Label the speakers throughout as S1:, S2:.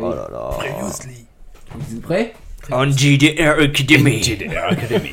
S1: Oh là là.
S2: Previously.
S1: Vous êtes prêts
S3: On GDR Academy.
S2: GDR Academy.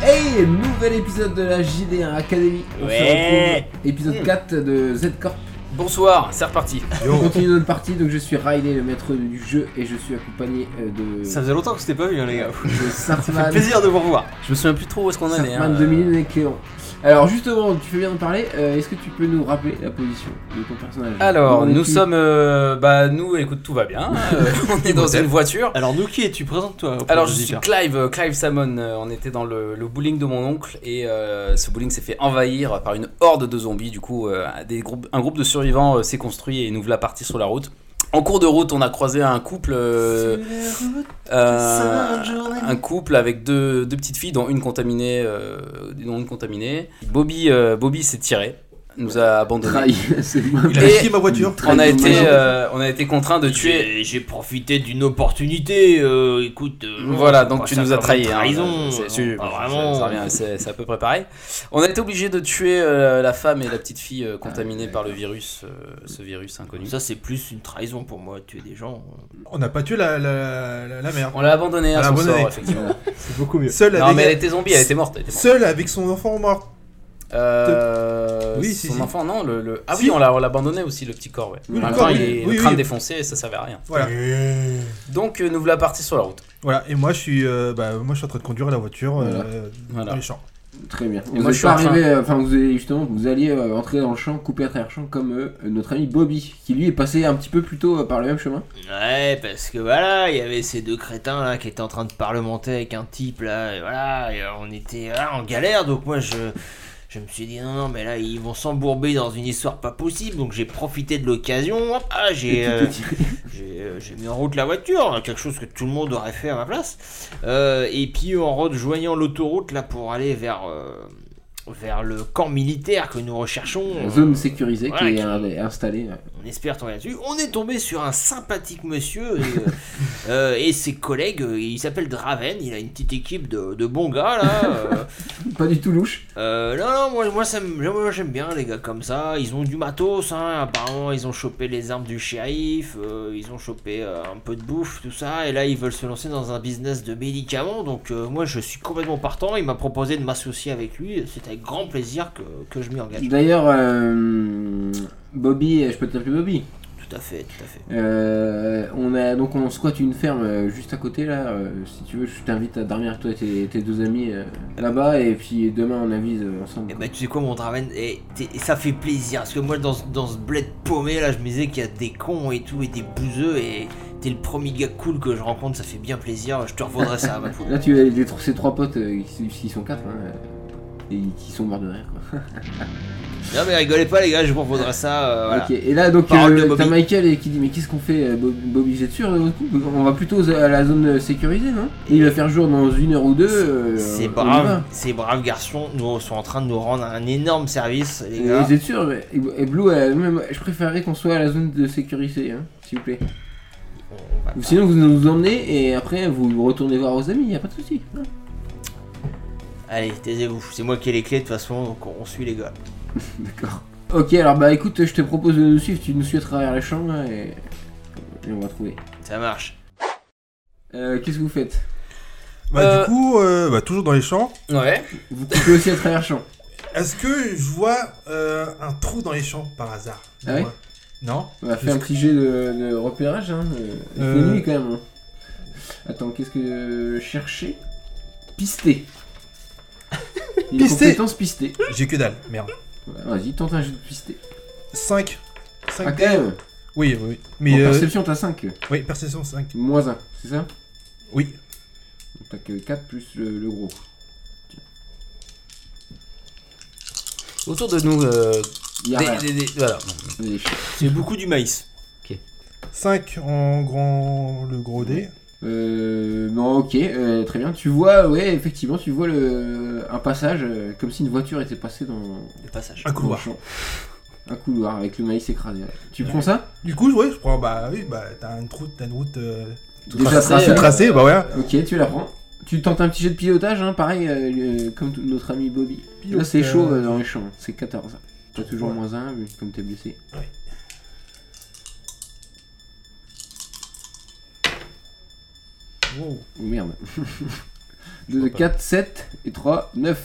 S1: Hey Nouvel épisode de la JD1 Academy. On se
S3: Ouais.
S1: retrouve, Épisode 4 de Z Corp.
S3: Bonsoir, c'est reparti.
S1: On continue notre partie, donc je suis Riley, le maître du jeu, et je suis accompagné euh, de,
S3: Ça faisait longtemps que c'était pas vu, hein, les gars.
S1: de
S3: Ça fait
S1: Sartman,
S3: plaisir de vous revoir.
S4: Je me souviens plus trop où est-ce qu'on allait.
S1: Sartman
S4: hein.
S1: 2000 et Cléon. Alors justement, tu veux bien nous parler, euh, est-ce que tu peux nous rappeler la position de ton personnage
S4: Alors,
S1: Où en es-tu
S4: nous sommes. euh, bah, nous, écoute, tout va bien. euh, on est dans une voiture.
S3: Alors, nous qui es-tu Présente-toi. auprès
S4: Alors,
S3: des
S4: je suis
S3: auditeurs.
S4: Clive, euh, Clive Salmon. euh, on était dans le, le bowling de mon oncle et euh, ce bowling s'est fait envahir par une horde de zombies. Du coup, euh, des groupes, un groupe de survivants euh, s'est construit et nous voilà partis sur la route. En cours de route, on a croisé un couple. euh, euh, un couple avec deux, deux petites filles, dont une contaminée. euh, dont une contaminée. Bobby, euh, Bobby s'est tiré, nous a abandonnés.
S1: Trahi, c'est moi.
S4: Il a
S2: Et ma voiture.
S4: On a été,
S1: dommage.
S4: euh, on a été contraint de tuer.
S3: J'ai j'ai profité d'une opportunité. euh, écoute. euh,
S4: Voilà,
S3: on
S4: donc
S3: va
S4: tu
S3: faire
S4: nous as
S3: comme une
S4: trahis. hein.
S3: Trahison.
S4: C'est sûr,
S3: Pas
S4: ça-
S3: vraiment.
S4: ça revient, c'est c'est à peu près pareil. On a été obligé de tuer euh, la femme et la petite fille euh, contaminées par le virus, euh, ce virus inconnu.
S3: Ça, c'est plus une trahison pour moi, tuer des gens. hein.
S2: On n'a pas tué la, la, la, la mère.
S4: On l'a abandonnée
S2: On
S4: à
S2: l'a
S4: son
S2: abandonnée.
S4: sort, effectivement.
S2: C'est beaucoup mieux. Seul
S4: non, mais elle
S2: avec,
S4: était zombie, elle était morte. elle était morte.
S2: seul avec son enfant mort.
S4: Euh,
S2: Oui, si,
S4: son
S2: si.
S4: enfant, non. Le, le- Ah
S2: Si.
S4: oui, on l'a on l'a abandonné aussi, le petit corps. Ouais.
S2: Oui,
S4: en
S2: le
S4: même
S2: corps,
S4: temps, il
S2: oui.
S4: est
S2: Oui,
S4: le crâne
S2: oui.
S4: défoncé et ça servait à rien.
S2: Voilà.
S4: Donc, euh, nous voilà partis sur la route.
S2: Voilà. Et moi, je suis, euh, bah, moi, je suis en train de conduire la voiture euh,
S1: Voilà.
S2: dans
S4: Voilà.
S2: les champs.
S1: Très bien. vous
S4: Et moi,
S1: êtes
S4: je suis
S1: pas
S4: en train.
S1: arrivé, euh, enfin vous allez justement, vous alliez euh, entrer dans le champ, couper à travers le champ, comme euh, notre ami Bobby, qui lui est passé un petit peu plus tôt euh, par le même chemin.
S5: Ouais, parce que voilà, il y avait ces deux crétins là qui étaient en train de parlementer avec un type là, et voilà, et, euh, on était voilà, en galère, donc moi je, je me suis dit non, non, mais là ils vont s'embourber dans une histoire pas possible, donc j'ai profité de l'occasion, hop, ah, j'ai. euh, j'ai euh, j'ai mis en route la voiture, hein, quelque chose que tout le monde aurait fait à ma place. Euh, et puis en rejoignant l'autoroute là pour aller vers, euh, vers le camp militaire que nous recherchons.
S1: La
S5: euh,
S1: zone sécurisée
S5: voilà,
S1: qui est
S5: qui-
S1: euh, installée. euh,
S5: on espère tomber là-dessus. On est tombé sur un sympathique monsieur et, euh, euh, et ses collègues. euh, Il s'appelle Draven. Il a une petite équipe de, de bons gars là. euh,
S1: Pas du tout louche.
S5: euh, non, non, moi, moi, ça me- moi, j'aime bien les gars comme ça. Ils ont du matos. hein, Apparemment, ils ont chopé les armes du shérif. euh, ils ont chopé euh, un peu de bouffe, tout ça. Et là, ils veulent se lancer dans un business de médicaments. Donc, euh, moi, je suis complètement partant. Il m'a proposé de m'associer avec lui. C'est avec grand plaisir que, que je m'y engage.
S1: D'ailleurs, euh, Bobby, je peux te l'appeler Bobby.
S5: Tout à fait, tout à fait.
S1: Euh, on a donc on squatte une ferme euh, juste à côté là. euh, si tu veux, je t'invite à dormir toi et tes, tes deux amis euh, là-bas et puis demain on avise euh, ensemble.
S5: Eh bah tu sais quoi mon Draven, eh, t'es- ça fait plaisir parce que moi dans, ce- dans ce bled paumé là je me disais qu'il y a des cons et tout et des bouseux et t'es le premier gars cool que je rencontre, ça fait bien plaisir, je te revaudrai ça à ma poule.
S1: Là, tu as les, ces trois potes euh, qui, qui sont quatre hein, euh, et qui sont morts de rire. Quoi.
S5: Non mais rigolez pas les gars, je vous revaudrai ça. euh, voilà.
S1: Ok, et là donc
S5: Parole de
S1: euh,
S5: Bobby.
S1: t'as Michael et qui dit mais qu'est-ce qu'on fait euh, Bob- Bobby vous êtes sûr de votre coup On va plutôt aux- à la zone sécurisée non Et il va faire jour dans une heure ou deux. euh,
S5: Ces
S1: on y
S5: braves,
S1: va.
S5: ces braves garçons nous sont en train de nous rendre un énorme service les
S1: Et
S5: gars.
S1: vous êtes sûr mais- et, et Blue euh, même, je préférerais qu'on soit à la zone de sécurité hein, s'il vous plaît.
S5: On va-
S1: Ou sinon vous nous emmenez et après vous retournez voir vos amis, y a pas de souci. hein.
S5: Allez, taisez-vous, c'est moi qui ai les clés de toute façon, donc on on suit les gars.
S1: D'accord. Ok alors bah écoute je te propose de nous suivre, tu nous suis à travers les champs là, et, et on va trouver.
S5: Ça marche.
S1: Euh, qu'est-ce que vous faites
S2: Bah,
S4: Euh.
S2: Du coup, euh, bah, toujours dans les champs.
S4: Ouais.
S1: Vous coupez aussi à travers les champs.
S2: Est-ce que je vois euh, un trou dans les champs par hasard
S1: Ah ouais
S2: Moi. Non
S1: On va faire un petit jet de, de repérage, hein. de-
S2: Euh.
S1: de nuit, quand même. hein. Attends, qu'est-ce que. Chercher Pister. Il est
S2: Pister.
S1: compétence pister.
S2: J'ai que dalle. Merde.
S1: Voilà, Vas-y, tente un jeu de pister.
S2: 5. 5
S1: Ah, quand même
S2: Oui, oui. oui.
S1: En
S2: Mais euh,
S1: perception, t'as 5.
S2: oui, perception 5.
S1: Moins 1, c'est ça
S2: Oui.
S1: Donc T'as que 4 plus le, le gros.
S4: Autour de nous, euh,
S1: Il y a
S4: des-
S1: rien.
S4: des- des- voilà.
S1: Des chiens.
S3: C'est beaucoup du maïs.
S2: 5 en grand le gros dé.
S1: Euh, bon, ok, euh, très bien. Tu vois, ouais, effectivement, tu vois le, un passage euh, comme si une voiture était passée dans,
S5: Le passage.
S2: Un
S1: dans le
S2: couloir.
S1: champ. Un couloir avec le maïs écrasé. Tu prends ça
S2: Du coup, ouais, je prends. Bah oui, bah t'as une route, t'as une route euh,
S1: Déjà
S4: tracé,
S1: tracé.
S4: ouais.
S2: tracée, bah ouais.
S1: Ok, tu la prends. Tu tentes un petit jet de pilotage, hein, pareil, euh, le- comme tout- notre ami Bobby. Là, c'est chaud euh, dans les champs, c'est 14. T'as toujours
S2: Ouais.
S1: moins 1, vu que comme t'es blessé.
S2: Ouais. Wow.
S1: Oh merde. 2, 4, 7 et 3, 9.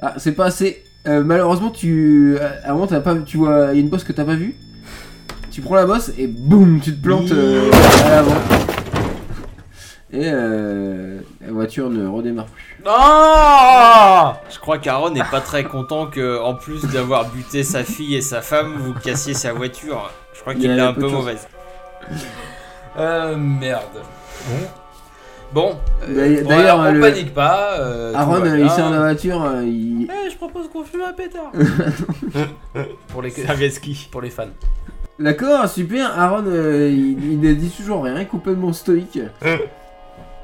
S1: Ah, c'est pas assez. Euh, malheureusement, tu. euh, à un moment, t'as pas, tu vois, il y a une bosse que t'as pas vue. Tu prends la bosse et boum, tu te plantes euh, à l'avant. Et euh, la voiture ne redémarre plus.
S5: Non Je crois qu'Aaron n'est pas très content que, en plus d'avoir buté sa fille et sa femme, vous cassiez sa voiture. Je crois
S1: Il
S5: qu'il
S1: y a
S5: l'a un
S1: peu
S5: peu
S1: de choses.
S5: mauvaise.
S4: Euh, merde. Bon.
S1: D'ailleurs,
S4: bon, alors, on
S1: le-
S4: panique pas. euh, tout
S1: Aaron,
S4: va
S1: euh,
S4: bien.
S1: il sort de la voiture, euh, il...
S4: Eh, je propose qu'on fume un pétard. pour, les,
S5: Savieski.
S4: pour les fans.
S1: D'accord, super. Aaron, euh, il, il ne dit toujours rien, complètement stoïque.
S4: Hein.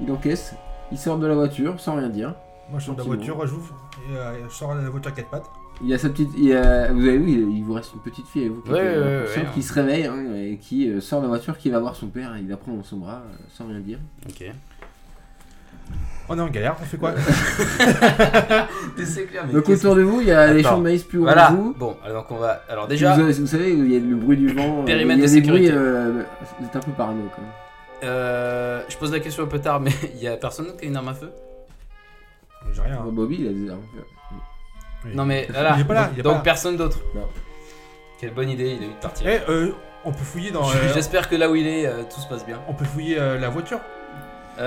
S1: Il encaisse, il sort de la voiture sans rien dire.
S2: Moi, je sors de la
S1: Gentiment.
S2: voiture, j'ouvre, et euh, je sors de la voiture à quatre pattes.
S1: Il a sa petite. il a- vous avez vu, il- il vous reste une petite fille avec vous qui,
S4: Ouais,
S1: était
S4: ouais, ouais,
S1: inconsciente,
S4: ouais.
S1: qui se réveille hein, et qui euh, sort de la voiture, qui va voir son père. Il la prend dans son bras euh, sans rien dire.
S4: Ok.
S2: On est en galère, on fait quoi
S4: C'est clair, mais.
S1: Donc
S4: qu'est-ce
S1: autour de vous, il y a les
S4: Attends.
S1: champs de maïs plus
S4: que-
S1: loin
S4: Voilà.
S1: que vous.
S4: Bon, alors donc on va. Alors
S1: Déjà,
S4: déjà,
S1: vous, avez- vous savez, il y a le bruit du vent. euh,
S4: Périmètre
S1: il y a
S4: de
S1: des
S4: sécurité.
S1: bruits, euh, vous êtes un peu parano quand même.
S4: euh, je pose la question un peu tard, mais il y a personne d'autre qui a une arme à feu
S2: J'ai rien.
S1: Bon,
S2: hein.
S1: Bobby, il a des armes.
S2: Oui.
S4: Non, mais voilà.
S2: Il est pas là,
S4: donc,
S2: il est pas
S4: donc
S2: là.
S4: personne d'autre.
S1: Non.
S4: Quelle bonne idée, il a eu de partir.
S2: Eh, euh, on peut fouiller dans.
S4: Je-
S2: euh,
S4: J'espère que là où il est, euh, tout se passe bien.
S2: on peut fouiller euh, la voiture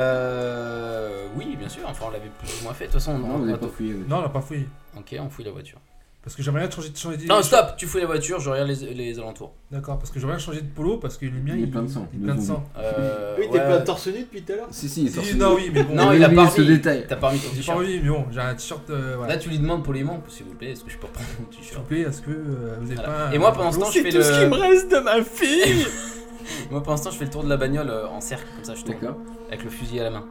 S4: Euh, oui, bien sûr. Enfin, on l'avait plus ou moins fait. De toute façon, on
S1: Non, vous
S4: on
S1: n'avez
S4: va
S1: pas
S4: tout-
S1: fouillé.
S2: Non, on l'a pas fouillé.
S4: Ok, on fouille la voiture.
S2: Parce que j'aimerais bien changer de changer d'idée.
S4: Non, stop. Tu fouilles la voiture, je regarde les, les alentours.
S2: D'accord, parce que j'aimerais bien changer de polo parce que le mien
S1: Il est plein de sang,
S2: Il est
S1: le
S2: plein de
S1: zombie.
S2: sang.
S4: Euh,
S5: Oui, t'es
S4: ouais.
S5: pas torse nu depuis tout à l'heure
S1: Si, si, il sort.
S2: Si,
S1: son-
S2: non, oui, mais bon.
S4: Non,
S1: J'ai
S4: il a
S1: oublié
S4: pas
S1: ce
S4: remis.
S1: détail.
S4: T'as pas remis ton
S2: J'ai pas
S4: t-shirt.
S2: envie, mais bon, j'ai un t-shirt. euh, voilà.
S4: Là, tu lui demandes poliment, s'il vous plaît, est-ce que je peux reprendre mon
S2: S'il vous
S4: t-shirt
S2: plaît, est-ce que euh, vous avez
S4: Voilà.
S2: pas. un-
S4: Et moi, pendant ce
S2: un-
S4: temps, je fais
S5: tout ce qui me
S4: le.
S5: reste de ma fille
S4: Moi, pour l'instant, je fais le tour de la bagnole euh, en cercle, comme ça, je tourne
S1: D'accord.
S4: avec le fusil à la main.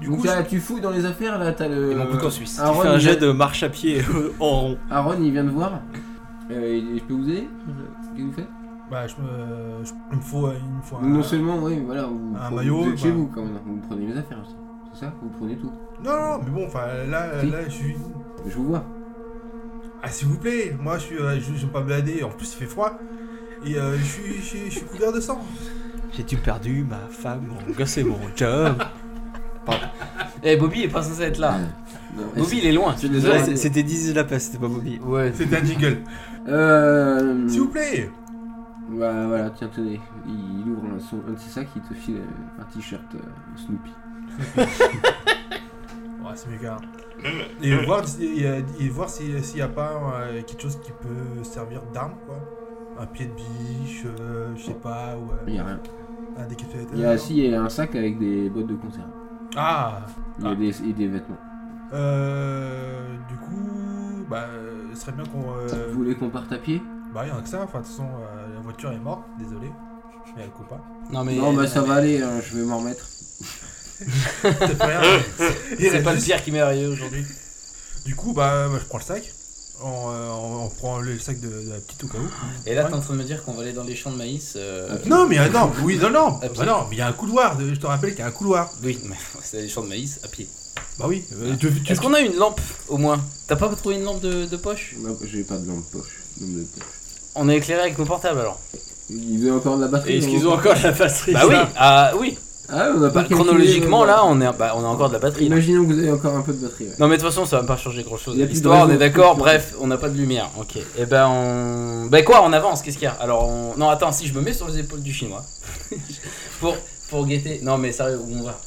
S2: Du
S1: Donc
S2: coup,
S1: là, tu fouilles dans les affaires, là, t'as le.
S4: Et mon couteau suisse.
S1: Aaron,
S5: Fais un
S1: il
S5: jet
S1: vient-
S5: de marche à pied euh, en rond.
S1: Aaron, il vient de voir. Euh, il- je peux vous aider Qu'est-ce que vous faites
S2: Bah, je me. je- Il me faut. euh, Il me faut un...
S1: Non seulement, oui, voilà. Vous,
S2: un
S1: vous-
S2: maillot,
S1: vous êtes chez
S2: bah.
S1: vous quand même. Vous prenez les affaires aussi. C'est ça Vous prenez tout.
S2: Non, non, mais bon, enfin, là,
S1: Si.
S2: là, je suis.
S1: Je vous vois.
S2: Ah, s'il vous plaît, moi, je suis. euh, je, je vais pas blader, en plus, il fait froid. Et euh, je suis- je suis. Je suis couvert de sang.
S5: J'ai-tu perdu ma femme, mon gosse et mon job
S4: Eh, Bobby est pas censé être là.
S1: Euh, Non,
S4: Bobby, il est loin.
S1: Je suis
S5: Désolé,
S1: désolé.
S5: c'est- c'était Dizzy Lapaz, c'était pas Bobby.
S4: Ouais.
S2: C'était un jingle.
S1: Euh.
S2: S'il vous plaît
S1: Bah voilà, tiens, tenez. Il, il ouvre un, son, un de ses sacs, il te file euh, un t-shirt euh, Snoopy.
S2: Ouais, c'est mieux qu'un. Et voir, si- et, euh, et voir si- s'il n'y a pas euh, quelque chose qui peut servir d'arme, quoi. Un pied de biche, euh, je sais pas, ou euh,
S1: Il y a rien.
S2: un des cafés-
S1: Il y a, si, il y a un sac avec des boîtes de conserve.
S2: Ah
S1: Il y a
S2: Ah.
S1: des, et des vêtements.
S2: euh, Du coup, bah, euh, ce serait bien qu'on. euh,
S1: Vous voulez qu'on parte à pied
S2: Bah, il y en a que ça, enfin, de toute façon, euh, la voiture est morte, désolé. Mais euh, elle coupe pas.
S4: Non, mais.
S1: Non, bah ça va aller, hein, je vais m'en remettre.
S2: C'est pas rien. Il
S4: C'est
S2: reste
S4: pas le
S2: juste-
S4: pire qui m'est arrivé aujourd'hui.
S2: Du coup, bah, bah, je prends le sac. On, euh, on- on prend le sac de, de la petite au cas où.
S4: Et là, t'es en train de me dire qu'on va aller dans les champs de maïs. euh,
S2: Non, mais attends, oui, non, non,
S4: Absolument.
S2: bah non, mais il y a un couloir, je te rappelle qu'il y a un couloir.
S4: Oui, mais c'est les champs de maïs à pied.
S2: Bah oui, euh, tu, tu-
S4: Est-ce qu'on a une lampe au moins T'as pas trouvé une lampe de, de poche
S1: Non, J'ai pas de lampe poche. Lampe de poche.
S4: On est éclairé avec nos portables alors.
S1: Il veut encore de la batterie.
S5: Et est-ce qu'ils
S1: non
S5: ont encore la passerie
S4: Bah oui, ah oui.
S1: Ah, on a pas
S4: Bah,
S1: calculé,
S4: chronologiquement
S1: euh,
S4: là, on est, bah, on a encore de la batterie. là.
S1: Imaginons que vous avez encore un peu de batterie. ouais.
S4: Non mais de toute façon, ça va pas changer grand chose.
S1: Y a plus de
S4: L'histoire, on
S1: raison.
S4: est d'accord. Bref, on n'a pas de lumière. Ok. Et ben on. Bah quoi, on avance. Qu'est-ce qu'il y a Alors on... non, attends. Si je me mets sur les épaules du chinois pour pour guetter. Non mais sérieux, où on va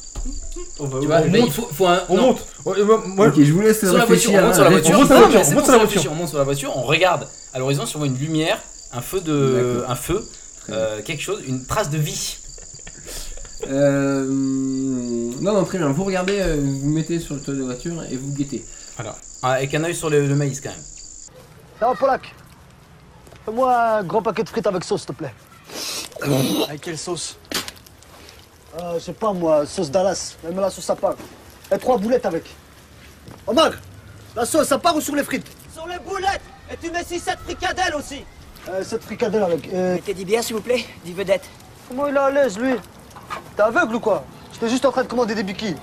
S2: on, va-
S4: Tu vois,
S2: on
S4: là, il
S2: monte,
S4: faut, faut un.
S2: on
S4: non.
S2: monte. Ouais, moi- moi,
S1: ok, je vous laisse
S4: sur la voiture,
S1: réfléchir.
S4: on monte sur la
S1: hein,
S4: voiture,
S2: monte sur la
S4: Non,
S2: voiture,
S4: mais c'est
S2: on
S4: bon,
S2: monte sur
S4: c'est
S2: la
S4: réfléchi, on monte sur la voiture, on regarde à l'horizon si on voit une lumière, un feu de,
S1: D'accord.
S4: un feu,
S1: Très
S4: euh, quelque chose, une trace de vie.
S1: Euh, non, non, très bien. Vous regardez, euh, vous vous mettez sur le toit de la voiture et vous guettez.
S4: Ah, Avec un œil sur le, le maïs quand même.
S6: Non, Polak Fais-moi un grand paquet de frites avec sauce, s'il te plaît.
S5: Avec quelle sauce
S6: Euh, je sais pas, moi, sauce Dallas. Même la sauce à part. Et trois boulettes avec. Omar, la sauce à part ou sur les frites
S7: Sur les boulettes Et tu mets 6-7 fricadelles aussi
S6: Euh, cette fricadelle avec. euh,
S7: Mettez 10 bières, s'il vous plaît 10 vedettes.
S6: Comment il est à l'aise, lui T'es aveugle ou quoi J'étais juste en train de commander des béquilles.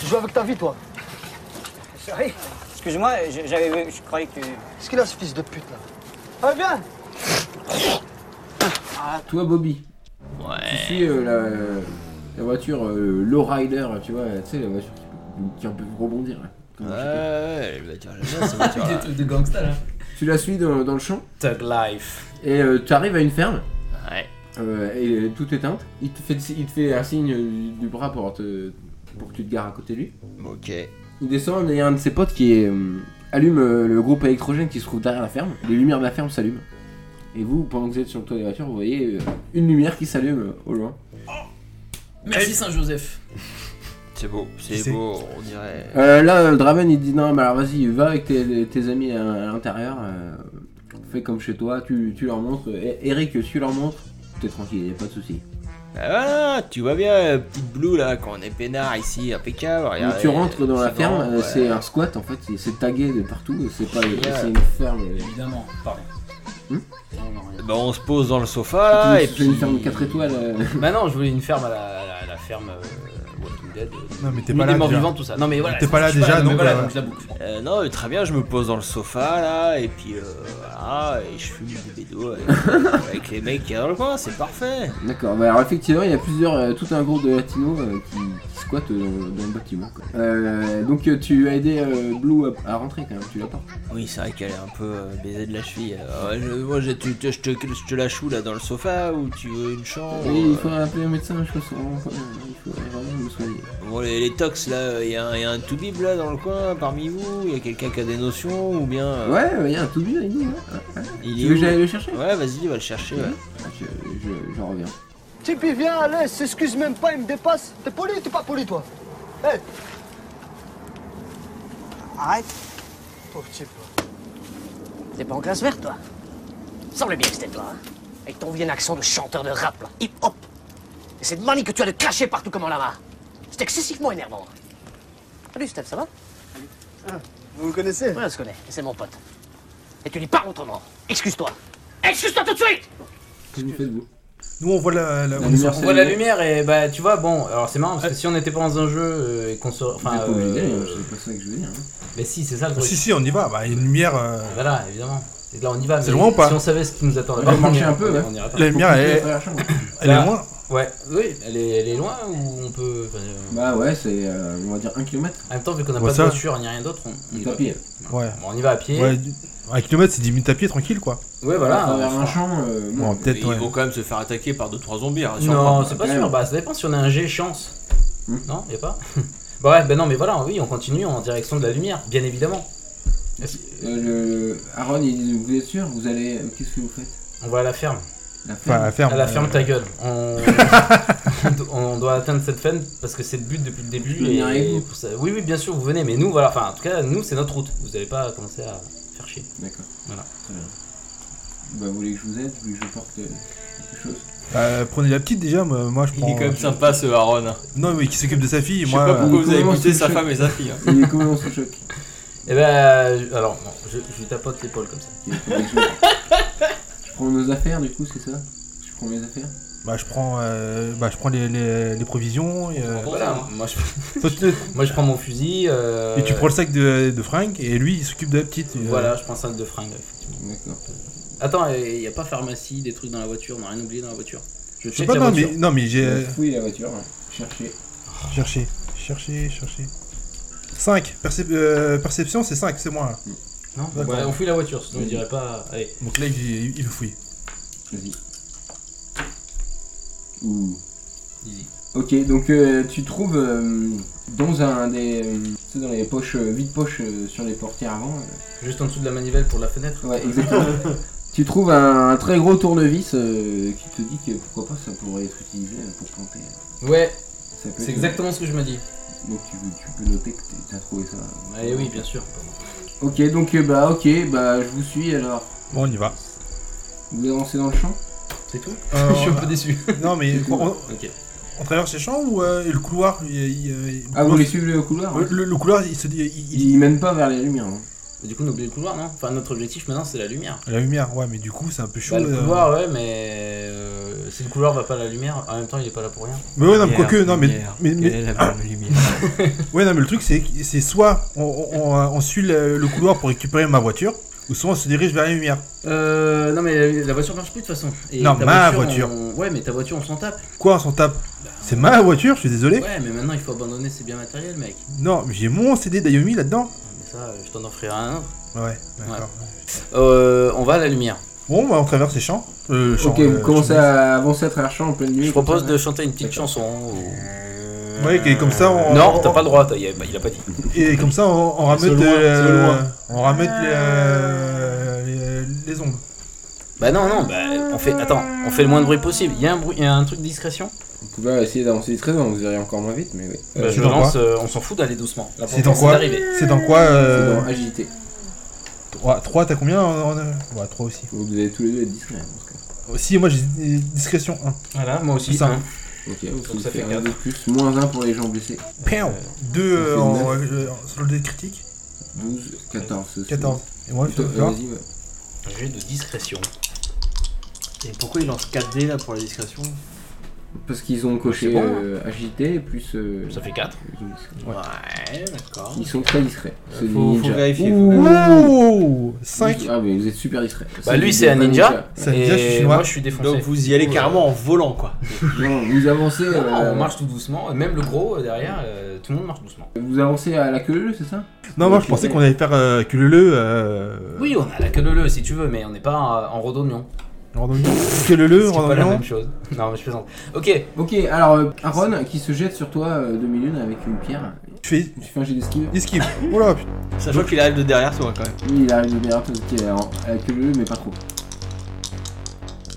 S6: Tu joues avec ta vie, toi.
S7: Sorry. Excuse-moi, je- j'avais, je croyais que tu...
S6: Qu'est-ce qu'il a, ce fils de pute, là Allez, viens
S1: Toi, Bobby, tu suis euh, la, la voiture euh, low rider, tu vois, tu sais, la voiture qui, qui un peu rebondir. là, comme
S5: Ouais,
S1: un chien.
S5: ouais, elle va dire, j'aime bien cette voiture-là.
S4: Des trucs de gangsta là.
S1: Tu la suis dans, dans le champ
S4: Tug Life.
S1: et euh, tu arrives à une ferme.
S5: Ouais.
S1: Euh, et euh, tout éteinte. Il te fait, il te fait un signe euh, du bras pour, te, pour que tu te gares à côté de lui.
S5: Ok.
S1: Il descend et il y a un de ses potes qui est, euh, allume euh, le groupe électrogène qui se trouve derrière la ferme. Les lumières de la ferme s'allument. Et vous, pendant que vous êtes sur le toit des voitures, vous voyez euh, une lumière qui s'allume euh, au loin.
S4: Merci Saint-Joseph.
S5: C'est beau, c'est
S2: C'est-
S5: beau, on dirait.
S1: Euh, là, euh, Draven il dit non, mais alors vas-y, va avec tes, tes amis à, à l'intérieur. euh, fais comme chez toi, tu, tu leur montres. Eh, Eric, tu leur montres. T'es tranquille, y a pas de soucis.
S5: Ah voilà, tu vois bien, euh, petite Blue là, quand on est peinard ici, impeccable.
S1: Mais
S5: regarde,
S1: tu rentres dans
S5: c'est
S1: la ferme,
S5: grand,
S1: euh,
S5: ouais.
S1: c'est un squat en fait, c'est- c'est tagué de partout, euh, c'est pas c'est une ferme. euh,
S4: Évidemment, pardon.
S1: Hmm
S4: non, non, rien.
S5: Bah, on se pose dans le sofa là, Ah, et
S1: c'est une
S5: puis.
S1: ferme 4 étoiles. euh.
S4: Bah non, je voulais une ferme à la, à la- à la ferme euh, Walking Dead. euh,
S2: Non, mais t'es
S4: Nuit
S2: pas
S4: des
S2: là.
S4: morts
S2: déjà.
S4: vivants, tout ça. Non mais voilà.
S2: T'es pas là
S4: je suis
S2: déjà,
S4: mais
S2: donc,
S4: voilà,
S2: euh,
S4: donc je la boucle.
S5: Euh, non, mais très bien, je me pose dans le sofa là, et puis euh, voilà, et je fume des bédos avec, euh, avec les mecs qui sont dans le coin, c'est parfait.
S1: D'accord, bah alors effectivement, il y a plusieurs, euh, tout un groupe de latinos euh, qui, qui squattent euh, dans, dans le bâtiment. quoi. Euh, donc euh, tu as aidé euh, Blue à, à rentrer quand même, tu l'as pas.
S5: Oui, c'est vrai qu'elle est un peu euh, baisée de la cheville. Euh, ouais, je- moi, je, tu- tu- je te, je te la choue là dans le sofa, ou tu veux une chambre
S1: Oui, il
S5: euh,
S1: faut appeler un médecin, je pense, vraiment, euh, il faut vraiment me soigner.
S5: euh, Bon, les, les tox là, il y, a un- y a un toubib là dans le coin parmi vous, il y a quelqu'un qui a des notions ou bien. euh,
S1: Ouais, il y a un tout vieux, il dit. hein.
S5: il est
S1: Tu veux que
S5: où
S1: j'aille le chercher
S5: Ouais, vas-y, va le chercher. ouais.
S1: Ah, Je, je- j'en reviens.
S6: Tipeee, viens, à l'aise, s'excuse même pas, il me dépasse. T'es poli ou t'es pas poli, toi Hé
S7: Arrête.
S6: Pauvre type.
S7: T'es pas en classe verte, toi Semble bien que c'était toi, hein Avec ton vieux accent de chanteur de rap, là. Hip-hop. Et cette manie que tu as de cracher partout comme un lama. C'est excessivement énervant. Salut, Steph, ça va
S6: Ah, Vous vous connaissez
S7: Ouais, on se connaît. Et C'est mon pote. Et tu dis pas autrement. Excuse-toi. Excuse-toi tout de suite
S1: Qu'est-ce que vous faites, vous
S2: Nous, on voit la. la-
S1: La
S2: on
S1: lumière
S2: est-
S4: On voit la lumière et bah tu vois bon alors c'est marrant parce que si on n'était pas dans un jeu euh, et qu'on se
S1: Vous
S4: enfin
S1: êtes pas obligé,
S4: euh,
S1: hein, c'est pas ça que je veux dire. hein.
S4: mais si c'est ça le truc
S2: Ah, Si, si, on y va. Bah, il y a une lumière. euh,
S4: voilà évidemment et là on y va
S2: C'est
S4: mais
S2: loin ou pas
S4: si on savait ce qui nous attendait
S1: On va
S4: on
S1: marcher
S4: ira-
S1: un peu,
S4: on ira-
S1: ouais.
S4: on ira pas.
S2: La lumière, elle,
S1: Faut
S2: est-
S1: couper à la chambre.
S2: elle est
S4: Là.
S2: loin.
S4: ouais oui elle est, elle est loin ou on peut enfin, euh,
S1: Bah ouais, c'est euh, on va dire 1 km.
S4: en même temps vu qu'on n'a
S2: Ouais,
S4: pas
S2: ça.
S4: de voiture ni rien d'autre on, on y va à pied
S2: Ouais.
S4: Bon, on y va à pied
S2: Ouais,
S4: ouais,
S2: du- un kilomètre, c'est 10 minutes à pied, tranquille, quoi.
S1: à
S4: voilà
S1: travers
S4: euh,
S1: un champ. euh,
S2: Bon,
S1: bon.
S5: Mais
S2: peut-être, ouais.
S5: Ils vont quand même se faire attaquer par 2-3 zombies, hein, rassure-moi.
S4: Non, c'est pas
S1: Ouais.
S4: sûr. Bah, ça dépend si on a un G chance.
S1: Hmm.
S4: Non, y a pas. bah ouais, bah non, mais voilà, oui, on continue en direction de la lumière, bien évidemment.
S1: Euh, le... Aaron, il dit Vous êtes sûr Vous allez. euh, Qu'est-ce que vous faites
S4: On va à la ferme.
S1: La
S2: Enfin, à la ferme.
S4: À la
S2: euh,
S4: ferme ta gueule. On, on doit atteindre cette fin parce que c'est le but depuis le
S1: Je peux
S4: début.
S1: venir avec vous
S4: pour ça- Oui, oui, bien sûr, vous venez, mais nous, voilà, enfin, en tout cas, nous, c'est notre route. Vous allez pas commencer à faire chier.
S1: D'accord.
S4: Voilà.
S1: Très bien. Bah, vous voulez que je vous aide Vous voulez que je porte euh, quelque chose
S2: euh, prenez la petite déjà, moi moi, je
S5: Il est
S2: prends. euh,
S5: quand même sympa ce Aaron. hein.
S2: Non, mais qui s'occupe de sa fille,
S5: Je sais
S2: moi.
S5: pas
S2: euh,
S5: pourquoi vous avez
S1: Comment
S5: buté
S1: tu
S5: sa
S1: le
S5: femme et sa fille. hein.
S1: Il est complètement sous choc.
S4: Et ben, je- alors, non, je, je lui tapote l'épaule comme ça.
S1: Il est complètement sous choc. Je prends nos affaires, du coup, c'est ça Je prends mes affaires
S2: Bah, je prends, euh, bah, je prends les, les, les provisions. Et, euh,
S4: Voilà, moi je,
S2: toi, tu-
S4: moi, je prends mon fusil. euh,
S2: et tu prends le sac de, de fringues, et lui, il s'occupe de la petite. euh,
S4: Voilà, je prends un sac de fringues, effectivement.
S1: D'accord.
S4: Attends, il n'y a pas pharmacie, des trucs dans la voiture, on n'a rien oublié dans la voiture. Je
S2: Je sais
S4: check
S2: pas,
S4: la
S2: non, mais,
S4: voiture.
S2: non, mais j'ai. euh,
S1: Je fouille la voiture, hein. chercher.
S2: Cherchez, cherchez, cherchez. 5. euh, perception, c'est 5, c'est moi. là.
S4: Non,
S2: D'accord.
S4: ouais, on fouille la voiture, sinon je
S1: Vas-y.
S4: dirais pas. Allez,
S2: Donc là, il, il le fouille.
S1: Vas-y. Ouh.
S4: easy.
S1: Ok, donc euh, tu trouves euh, dans un des. euh, tu sais, dans les poches, euh, vides poches euh, sur les portières avant. euh,
S4: Juste en dessous de la manivelle pour la fenêtre.
S1: Ouais, exactement. tu trouves un, un très gros tournevis euh, qui te dit que pourquoi pas ça pourrait être utilisé euh, pour planter. euh,
S4: Ouais,
S1: ça peut
S4: c'est
S1: être-
S4: exactement ce que je me dis.
S1: Donc tu, tu peux noter que t'es- t'as trouvé ça.
S4: Allez, Eh oui, bien sûr.
S1: Ok, donc euh, bah ok, bah je vous suis alors.
S2: Bon, on y va.
S1: Vous avancez dans le champ
S4: C'est tout
S2: Euh,
S4: Je suis un peu déçu.
S2: Non, mais
S1: C'est
S2: on,
S4: ok.
S2: on traverse les champs ou euh, le couloir il- il- il-
S1: Ah, vous Ah, voulez suivre le couloir hein
S2: le, le couloir, il se dit. il- il-
S1: Il mène pas vers les lumières. hein.
S4: Mais Du coup, on oublie le couloir, non Enfin, notre objectif maintenant, c'est la lumière.
S2: La lumière, ouais, mais du coup, c'est un peu chaud.
S4: Bah, le
S2: euh.
S4: couloir, ouais, mais euh, si le couloir va pas à la lumière, en même temps, il est pas là pour rien.
S2: Mais ouais, non, mais quoique, non, mais,
S5: Lumière,
S2: mais, mais-
S5: quelle est la bonne lumière
S2: ouais, non, mais le truc, c'est que- c'est soit on, on- euh, on- on suit le, le couloir pour récupérer ma voiture, ou soit on se dirige vers la lumière.
S4: Euh, non, mais la, la voiture marche plus de toute façon. Et
S2: Non,
S4: ta
S2: ma
S4: on- Ouais, mais ta voiture, on s'en tape.
S2: Quoi, on s'en tape C'est ma voiture, je suis désolé.
S4: Ouais, mais maintenant, il faut abandonner ses biens matériels, mec.
S2: Non, mais j'ai mon CD d'Ayomi là-dedans.
S4: Mais ça, euh, je t'en offrirai un autre.
S2: Ouais, d'accord.
S4: Euh, on va à la lumière.
S2: Bon, bah, on traverse les champs. Euh, champs,
S1: Ok,
S2: euh,
S1: vous commencez
S2: champs.
S1: à avancer à travers le champ en pleine nuit.
S4: Je propose
S1: comme ça.
S4: de chanter une petite chanson. ou-
S2: Ouais, et comme ça, on.
S4: Non,
S2: on-
S4: t'as pas le droit, t'as- il a, bah, il a pas dit.
S2: Et comme ça, on, on ramène
S8: C'est loin,
S2: euh,
S8: c'est loin.
S2: on ramène les, euh, les- les ondes.
S4: Bah non, non, bah on fait. Attends, on fait le moins de bruit possible. Il y a un bruit, il y a un truc de discrétion.
S1: Vous pouvez essayer d'avancer très loin, vous irez encore moins vite, mais oui.
S4: Bah, je
S2: dans
S4: lance, euh, on s'en fout d'aller doucement.
S2: C'est dans quoi
S4: d'arriver.
S2: C'est dans quoi
S1: C'est
S2: euh,
S1: dans agilité.
S2: 3, t'as combien en, en- euh, Ouais, 3 aussi.
S1: Vous devez tous les deux être discrets. hein, dans ce cas.
S2: Oh, Si, moi j'ai euh, discrétion 1.
S4: Voilà, moi aussi.
S2: C'est ça.
S4: hein.
S1: Ok, vous
S4: Donc ça
S1: pouvez
S4: fait
S1: un de plus, moins 1 pour les gens blessés.
S2: 2
S1: Euh, ça fait
S2: en, euh, euh, sur le dé critique.
S1: 12, 14. ce sont-
S2: 14. Et moi, je
S1: Toi, euh, vas-y, ouais.
S4: J'ai hein. de discrétion.
S5: Et pourquoi il lance 4D là pour la discrétion
S1: Parce qu'ils ont coché
S4: C'est bon, hein.
S1: euh, agilité plus. euh,
S4: Ça fait 4.
S1: ils ont discret.
S4: Ouais, d'accord.
S1: Ils sont très discrets. ce
S5: faut, faut
S1: ninja.
S5: vérifier. faut vérifier.
S2: Oh
S5: Euh,
S2: 5
S1: Ah, mais vous êtes super discret.
S4: Bah lui, c'est un ninja.
S2: Ça veut
S4: et
S2: dire que je suis noir.
S4: moi, je suis défoncé.
S5: Donc vous y allez
S4: Ouais.
S5: carrément en volant quoi.
S1: Non, vous avancez.
S4: Ah,
S1: euh,
S4: on marche tout doucement, et même le gros euh, derrière, euh, tout le monde marche doucement.
S1: Vous avancez à la queue leu, c'est ça
S2: Non, moi je pensais qu'on allait faire euh, que le le. Euh,
S4: Oui, on a la queue de leu si tu veux, mais on n'est pas euh, en rhodognon.
S2: randonnion. Que le le,
S4: C'est pas la
S2: randonnion.
S4: même chose. Non, mais je plaisante. Ok,
S1: Ok, alors euh, Aaron qui se jette sur toi euh, de milieu avec une pierre.
S2: Tu fais
S1: Tu fais un jet d'esquive.
S2: esquive. Oula, putain.
S5: Sachant qu'il arrive de derrière toi quand même.
S1: Oui, il arrive de derrière toi, ok, alors, à la queue leu, mais pas trop.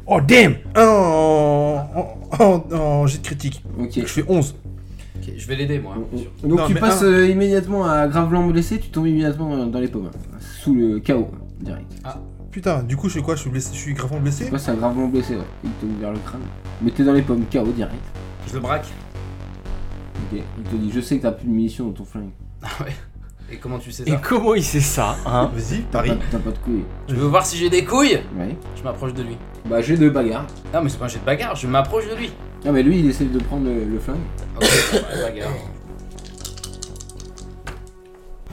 S2: Oh damn Un en, en, en, en jet de critique.
S1: Ok.
S2: Je fais 11.
S4: Ok, je vais l'aider moi. hein,
S1: Donc
S2: Non,
S1: tu
S2: mais
S1: passes
S2: un-
S1: euh, immédiatement à Graveland blessé, tu tombes immédiatement euh, dans, dans les pommes. Sous le chaos, direct.
S2: Putain, du coup, je suis quoi Je suis blessé, je suis gravement blessé
S1: Tu passes à Graveland blessé, ouais. Il te ouvert le crâne. Mais t'es dans les pommes, chaos direct.
S4: Je le braque.
S1: Ok. Il te dit, je sais que t'as plus de munitions dans ton flingue.
S4: Et comment tu sais
S5: Et
S4: ça
S5: comment il sait ça hein
S2: Vas-y,
S1: T'as
S2: Paris.
S1: pas, t'as pas de couilles.
S4: Je veux voir si j'ai des couilles
S1: Ouais.
S4: Je m'approche de lui.
S1: Bah j'ai deux bagarres.
S4: Non, mais c'est pas un jet de bagarre, je m'approche de lui.
S1: Ah mais lui il essaie de prendre le, le flingue.
S4: Ok, bon, bah, bagarre.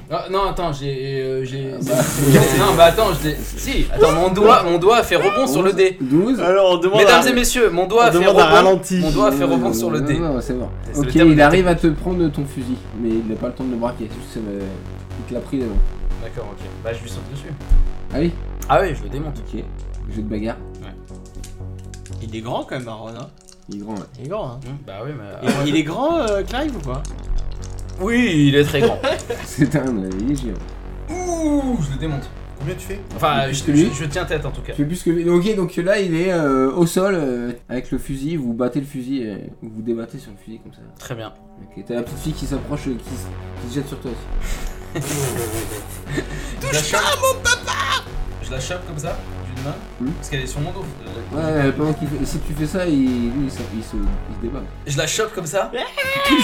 S4: Ah, non, attends, j'ai. euh, j'ai-
S1: Ah, bah,
S4: c'est- non, bah attends, je l'ai- Si, attends, mon doigt, mon doigt a fait rebond sur le dé.
S1: 12.
S5: Alors on demande
S4: Mesdames
S5: à-
S4: et messieurs, mon
S5: on
S4: doigt a fait
S5: demande un
S4: rebond.
S5: ralenti.
S4: Mon doigt a fait
S1: Non,
S4: rebond
S1: non,
S4: sur le
S1: non,
S4: dé.
S1: Non, non, Euh, c'est bon.
S4: C'est le
S1: Ok,
S4: terme de
S1: il
S4: la
S1: arrive à te prendre ton fusil, mais il n'a pas le temps de le braquer. juste ça me- Il te l'a pris devant.
S4: D'accord, ok. Bah, je lui saute dessus.
S1: Allez,
S4: Ah oui, je le démonte.
S1: ok. Jeu de bagarre.
S5: Il est grand quand même Aaron hein.
S1: Il est grand. là.
S5: Il est grand hein.
S4: Hum, Bah oui, mais.
S5: Et il est grand euh, Clive ou pas
S4: Oui, il est très grand.
S1: C'est un. euh, Il est géant.
S4: Ouh, je le démonte.
S2: Combien tu fais
S4: Enfin, je, je- je tiens tête en tout cas.
S1: Tu fais plus que lui. Ok, donc là il est euh, au sol euh, avec le fusil. Vous battez le fusil. euh, vous vous débattez sur le fusil comme ça.
S4: Très bien.
S1: Ok, t'as la petite fille qui s'approche, euh, qui, s- qui se jette sur toi aussi.
S4: Je la chope. Je la chope comme ça, d'une main,
S1: Hmm.
S4: parce qu'elle est sur mon dos.
S1: Ouais, euh, pendant qu'il fait- si tu fais ça, il, lui il, se, il se- il se débat.
S4: Je la chope comme ça. Ouais. Je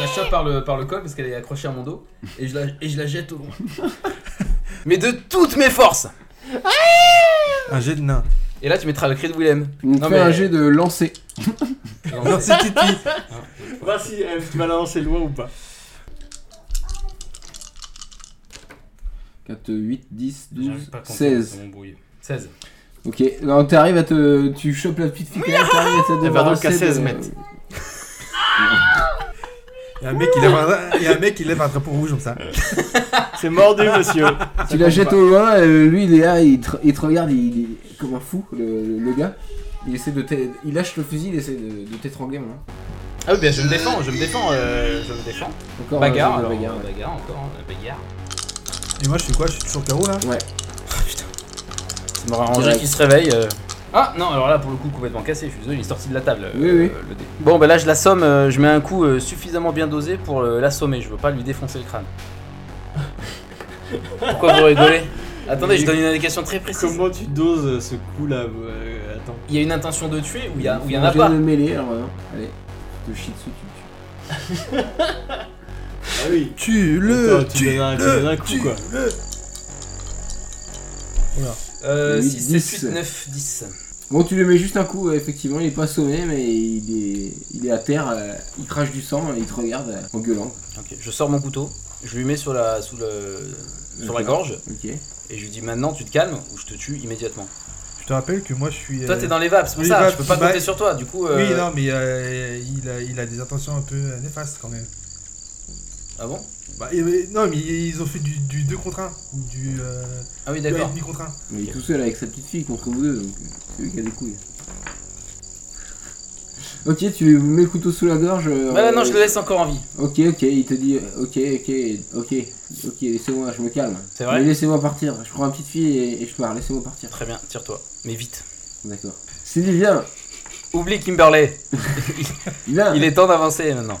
S4: la chope par le, par le col parce qu'elle est accrochée à mon dos et je la, et je la jette au loin. Mais de toutes mes forces
S2: Un jet de nain.
S4: Et là tu mettras le cri de Willem.
S1: Donc
S4: Non,
S1: fais
S4: mais-
S1: un jet de lancer.
S2: Non, c'est Titi.
S5: Bah si tu vas lancer loin ou pas
S1: 4, 8, 10, 12,
S4: J'arrive pas à compter,
S1: 16.
S4: c'est mon brouille. 16.
S1: Ok, non, t'arrives à te. Tu chopes la petite fille qui t'arrives à te
S5: Elle va donc
S1: débarrasser
S5: à 16
S1: de-
S5: mètres.
S2: Il y a un mec qui lève un, il y a un, mec qui lève un drapeau rouge comme ça.
S5: C'est mordu monsieur
S4: Ah,
S1: Tu la jettes au loin, euh, lui il est là, il te, il te regarde, il, il est comme un fou, le, le gars. Il essaie de t'é- Il lâche le fusil, il essaie de, de t'étrangler maintenant.
S4: Ah oui, bien je me défends, je me défends, euh, je me défends.
S1: Encore un
S4: Bagarre,
S1: jeu de
S4: alors,
S1: bagarre,
S4: euh, bagarre encore, hein, bagarre.
S2: Et moi, je suis quoi Je suis toujours KO là
S4: Ça m'aurait arrangé qu'il se réveille. euh. Ah non, alors là pour le coup complètement cassé, je suis désolé, il est sorti de la table. euh,
S1: Oui, oui.
S4: le dé. Bon bah là je l'assomme, euh, je mets un coup euh, suffisamment bien dosé pour euh, l'assommer, je veux pas lui défoncer le crâne. Pourquoi vous rigolez Attendez, je donne une indication très précise.
S5: Comment tu doses ce coup là euh, Attends.
S4: Il y a une intention de tuer ou il y, a- ou il y en
S1: Un
S4: a
S1: jet
S4: pas
S1: de mêlée, alors vraiment. Allez, je te chie dessus, tu me tues.
S5: Ah oui.
S2: Tu
S5: Attends,
S2: le,
S5: tu
S2: tu
S5: donnes un- tu donnes un
S2: le,
S5: coup,
S2: tu
S5: quoi.
S2: le.
S4: Euh,
S1: Huit,
S4: 6, 7,
S1: dix.
S4: 8, 9, 10.
S1: Bon, tu le mets juste un coup, ouais, effectivement, il est pas sauvé, mais il est, il est à terre, euh, il crache du sang et il te regarde euh, en gueulant.
S4: Ok, je sors mon couteau, je lui mets sur la, sous le, sur la
S1: D'accord.
S4: gorge
S1: Ok.
S4: et je lui dis maintenant tu te calmes ou je te tue immédiatement.
S2: Je te rappelle que moi je suis.
S4: Toi
S2: euh,
S4: t'es dans les vapes, c'est pour
S2: les
S4: ça,
S2: vapes,
S4: je peux pas
S2: bah-
S4: compter sur toi. Du coup, euh,
S2: Oui, non, mais euh, il, a, il a des intentions un peu euh, néfastes quand même.
S4: ah bon
S2: Bah, et- mais- non, mais ils ont fait du, du 2 contre 1 ou du euh,
S4: Ah oui,
S2: 2
S4: d'accord.
S2: contre 1.
S1: Mais il est tout seul avec sa petite fille contre vous deux, donc euh, c'est lui qui a des couilles. Ok, tu mets le couteau sous la gorge. euh,
S4: Bah non, je le laisse encore en vie.
S1: Ok, ok, il te dit ok, ok, ok, ok, laissez-moi, je me calme.
S4: C'est vrai
S1: Mais laissez-moi partir, je prends ma petite fille et, et je pars, laissez-moi partir.
S4: Très bien, tire-toi, mais vite.
S1: D'accord. C'est dit, viens,
S4: Oublie Kimberley,
S1: viens,
S4: il est temps d'avancer maintenant.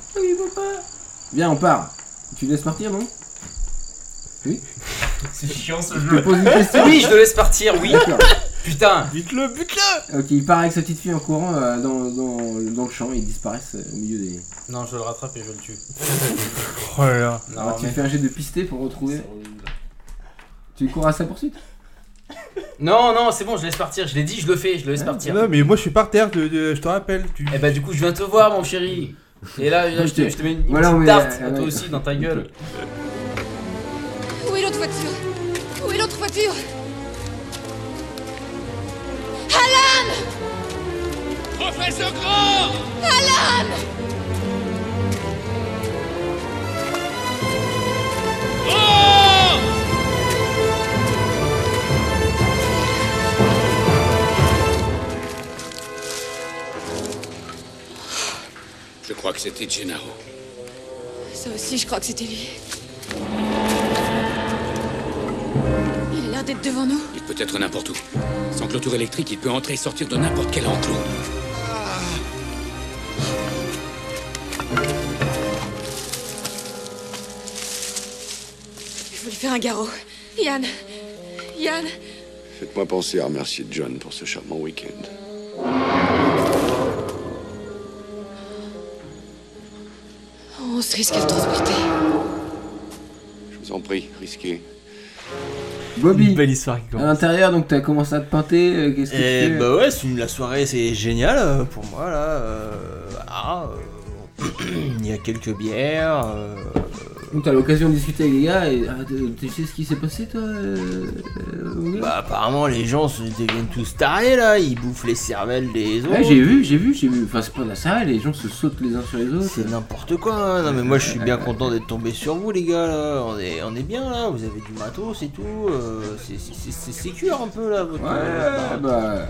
S1: viens, on part. Tu le laisses partir, non
S4: C'est chiant ce
S1: Je te pose une question.
S4: Oui, je le laisse partir, oui.
S1: D'accord.
S4: Putain,
S5: Bute-le, bute-le
S1: Ok, il part avec sa petite fille en courant euh, dans, dans, dans le champ et ils disparaissent euh, au milieu des.
S4: Non, je le rattrape et je le tue.
S2: Oh là là.
S4: Non,
S1: Alors, Ah, Bah, tu
S4: mais-
S1: fais un jet de pisté pour retrouver. Tu cours à sa poursuite
S4: non, non, c'est bon, je laisse partir. Je l'ai dit, je le fais, je le
S1: Ah,
S4: laisse partir.
S2: Non, mais moi je suis par terre, de, de- je te rappelle. Tu...
S4: Eh bah du coup, je viens te voir, mon chéri. Et là, là, je, te, je te mets une, une
S1: Voilà,
S4: petite
S1: mais,
S4: tarte
S1: euh,
S4: à toi
S1: ouais.
S4: aussi dans ta gueule.
S8: Où est l'autre voiture Où est l'autre voiture
S9: Je crois que c'était Gennaro.
S8: Ça aussi, je crois que c'était lui. Il a l'air d'être devant nous.
S9: Il peut être n'importe où. Sans clôture électrique, il peut entrer et sortir de n'importe quel enclos.
S8: Je vais lui faire un garrot. Yann Yann
S10: Faites-moi penser à remercier John pour ce charmant week-end.
S8: On se risque à le transporter.
S10: Je vous en prie, risquez.
S1: Bobby
S5: Belle histoire qui
S1: À l'intérieur, donc t'as commencé à te pinter, euh, qu'est-ce que
S5: Et
S1: tu fais
S5: bah ouais, c'est une- la soirée c'est génial euh, pour moi là. euh, ah, euh, il y a quelques bières. euh,
S1: Donc t'as l'occasion de discuter avec les gars et ah, t- tu sais ce qui s'est passé toi euh, euh, mon gars
S5: bah apparemment les gens se deviennent tous tarés là, ils bouffent les cervelles des autres.
S1: Ouais, j'ai vu, j'ai vu, j'ai vu. Enfin, c'est pas de la salle, les gens se sautent les uns sur les autres.
S5: C'est n'importe quoi, hein. non mais moi je suis bien content d'être tombé sur vous les gars là, on est, on est bien là, vous avez du matos et tout, euh, c'est- c'est- c'est c'est sécure un peu là votre... euh,
S1: Ouais, bah.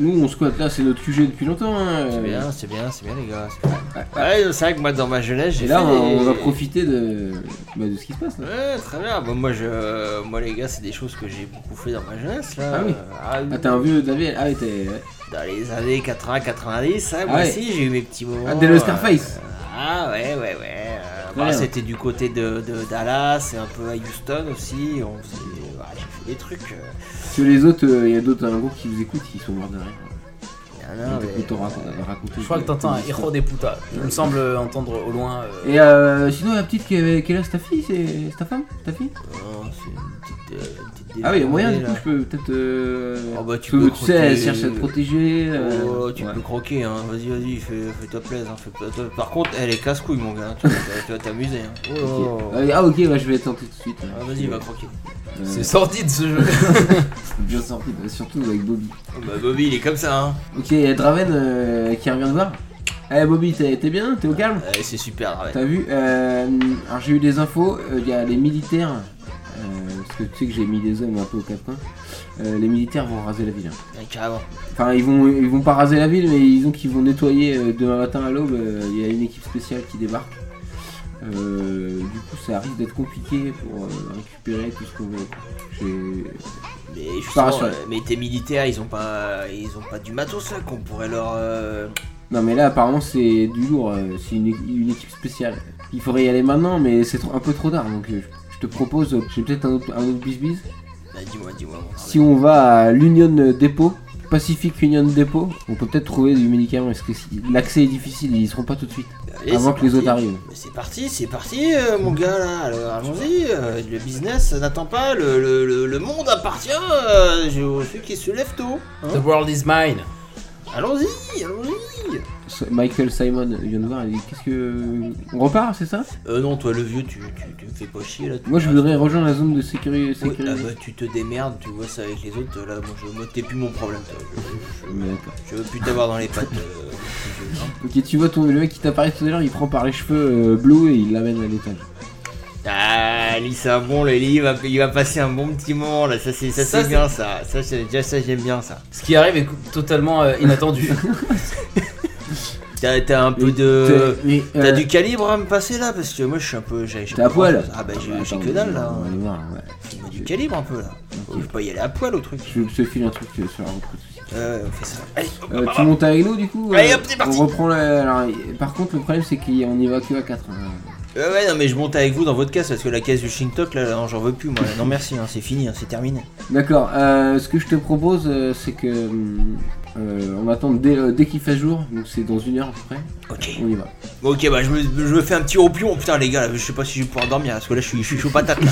S1: Nous, on squatte là, c'est notre QG depuis longtemps. hein.
S5: C'est bien, c'est bien, c'est bien les gars. c'est bien. Ouais, c'est vrai que moi dans ma jeunesse j'ai
S1: Et là,
S5: fait
S1: on, on
S5: des-
S1: va profiter de, bah, de ce qui se passe là.
S5: Ouais, très bien. Bah, moi, je... moi, les gars, c'est des choses que j'ai beaucoup fait dans ma jeunesse. Là.
S1: Ah oui.
S5: Ah oui.
S1: Ah, t'es un vieux David Ah, ouais, t'es. ouais.
S5: Dans les années 80-90, hein,
S1: Ah
S5: moi
S1: ouais.
S5: aussi, j'ai eu mes petits moments.
S1: Ah, t'es le
S5: euh,
S1: Scarface
S5: Ah, ouais, ouais, ouais. euh, bah,
S1: Ouais.
S5: C'était du côté de, de Dallas et un peu à Houston aussi. On faisait- ouais, j'ai fait des trucs. euh.
S1: Parce que les autres, euh, il y a d'autres un groupe qui vous écoutent qui sont morts de rire.
S5: Non, non,
S1: Ils
S5: mais-
S1: t'écoutent raconter- raconter-
S4: Je crois que t'entends un héros des putas. Il me semble entendre au loin. euh,
S1: Et euh, sinon, la petite qui avait. Quelle est ta fille C'est c'est ta femme Ta fille
S5: Non, c'est euh, une petite, euh, une petite
S1: Ah oui, il y a moyen, du
S5: déjeuner,
S1: coup,
S5: là.
S1: je peux peut-être. Euh...
S5: Ah bah, tu
S1: parce que,
S5: peux
S1: sais, elle
S5: croquer-
S1: cherche à te protéger. euh,
S5: Oh, tu
S1: ouais.
S5: peux croquer, hein. vas-y, vas-y, fais- fais-toi plaisir. hein, fais-toi- toi- Par contre, elle est casse-couille, mon gars, hein. tu vas tu vas t'amuser. hein. Oh,
S1: Ok.
S5: là là.
S1: Ah ok, ouais, je vais tenter tout de suite.
S5: Ah, vas-y, va croquer.
S1: Euh,
S4: C'est sordide ce jeu.
S1: bien sorti, bah, surtout avec Bobby.
S5: Oh, Bah Bobby il est comme ça hein
S1: Ok, il y a Draven euh, qui revient de voir. Eh Bobby, t'es t'es bien T'es au calme
S5: Ouais, C'est super ah ouais.
S1: T'as vu euh, Alors j'ai eu des infos, euh, il y a les militaires, euh, parce que tu sais que j'ai mis des hommes un peu au quatre coins, euh, les militaires vont raser la ville. hein.
S5: Ouais, Carrément
S1: Enfin ils vont ils vont pas raser la ville mais ils ont qu'ils vont nettoyer euh, demain matin à l'aube, euh, il y a une équipe spéciale qui débarque. Euh, du coup ça risque d'être compliqué pour euh, récupérer tout ce qu'on veut. J'ai-
S5: Mais
S1: Pas
S5: justement
S1: rassuré.
S5: euh, Mais tes militaires ils ont pas ils ont pas du matos là qu'on pourrait leur euh,
S1: Non mais là apparemment c'est du lourd, euh, c'est une, une équipe spéciale. Il faudrait y aller maintenant mais c'est trop- un peu trop tard donc euh, je te propose, euh, j'ai peut-être un autre, un autre bis-bis.
S5: bah, dis-moi dis-moi mon
S1: Si on va à l'Union Depot, Pacific Union Depot, on peut peut-être trouver du médicament. Est-ce que si- l'accès est difficile Ils y seront pas tout de suite.
S5: Allez,
S1: avant
S5: c'est
S1: que les autres
S5: parti.
S1: arrivent.
S5: Mais C'est parti, c'est parti, euh, mon gars, là. Alors, allons-y. euh, le business n'attend pas. Le, le- le- le monde appartient euh, aux ceux qui se lèvent tôt. hein.
S4: The world is mine.
S5: Allons-y, allons-y.
S1: S- Michael Simon vient de voir, il dit Qu'est-ce que. On repart, c'est ça
S5: Euh, non, toi, le vieux, tu, tu, tu me fais pas chier, là. tu
S1: Moi je
S5: restes-
S1: voudrais rejoindre la zone de sécuri-
S5: Oui,
S1: sécurité.
S5: ah bah, tu te démerdes, tu vois ça avec les autres. Là, moi, je, moi, t'es plus mon problème, toi. Je, je-
S1: Mais d'accord.
S5: je veux plus t'avoir dans les pattes. euh, je- hein.
S1: Ok, tu vois ton, le mec qui t'apparaît tout à l'heure, il prend par les cheveux euh, Blue et il l'amène à l'étage.
S5: Ah, lui, c'est un bon, là, lui, il va, il va passer un bon petit moment, là. Ça, c'est ça,
S4: Ça,
S5: c'est
S4: c'est-
S5: bien, ça. Ça, c'est- déjà, ça, j'aime bien, ça.
S4: Ce qui arrive est totalement euh, inattendu.
S5: T'as t'as un peu
S1: Mais
S5: de.
S1: t'es- mais,
S5: T'as
S1: euh,
S5: du calibre à me passer là parce que moi je suis un peu. j'ai- j'ai
S1: T'es
S5: pas
S1: à poil
S5: grand-chose. Ah bah j'ai
S1: Attends,
S5: j'ai que dalle là.
S1: On va aller voir, ouais.
S5: J'ai du calibre un peu là. Faut pas y aller à poil au truc.
S1: Je te file un truc euh, sur la route. pas de soucis.
S5: Euh, on fait ça. Allez, hop,
S1: Euh,
S5: hop,
S1: tu
S5: hop.
S1: montes avec nous du coup
S5: Allez,
S1: euh,
S5: hop, c'est parti.
S1: On reprend la. alors, y- par contre, le problème c'est qu'on y va que à hein. 4.
S5: Euh, ouais, non mais je monte avec vous dans votre caisse parce que la caisse du Shintok là, non, j'en veux plus moi. Non merci, hein, c'est fini, hein, c'est terminé.
S1: D'accord, euh, ce que je te propose euh, c'est que. hum, euh, on attend dès, euh, dès qu'il fait jour, donc c'est dans une heure à peu près,
S5: Ok.
S1: on y va.
S5: Bon, ok, bah je me, je me fais un petit ropion. Oh, putain, les gars, là, je sais pas si je vais pouvoir dormir parce que là je suis, je suis chaud patate là.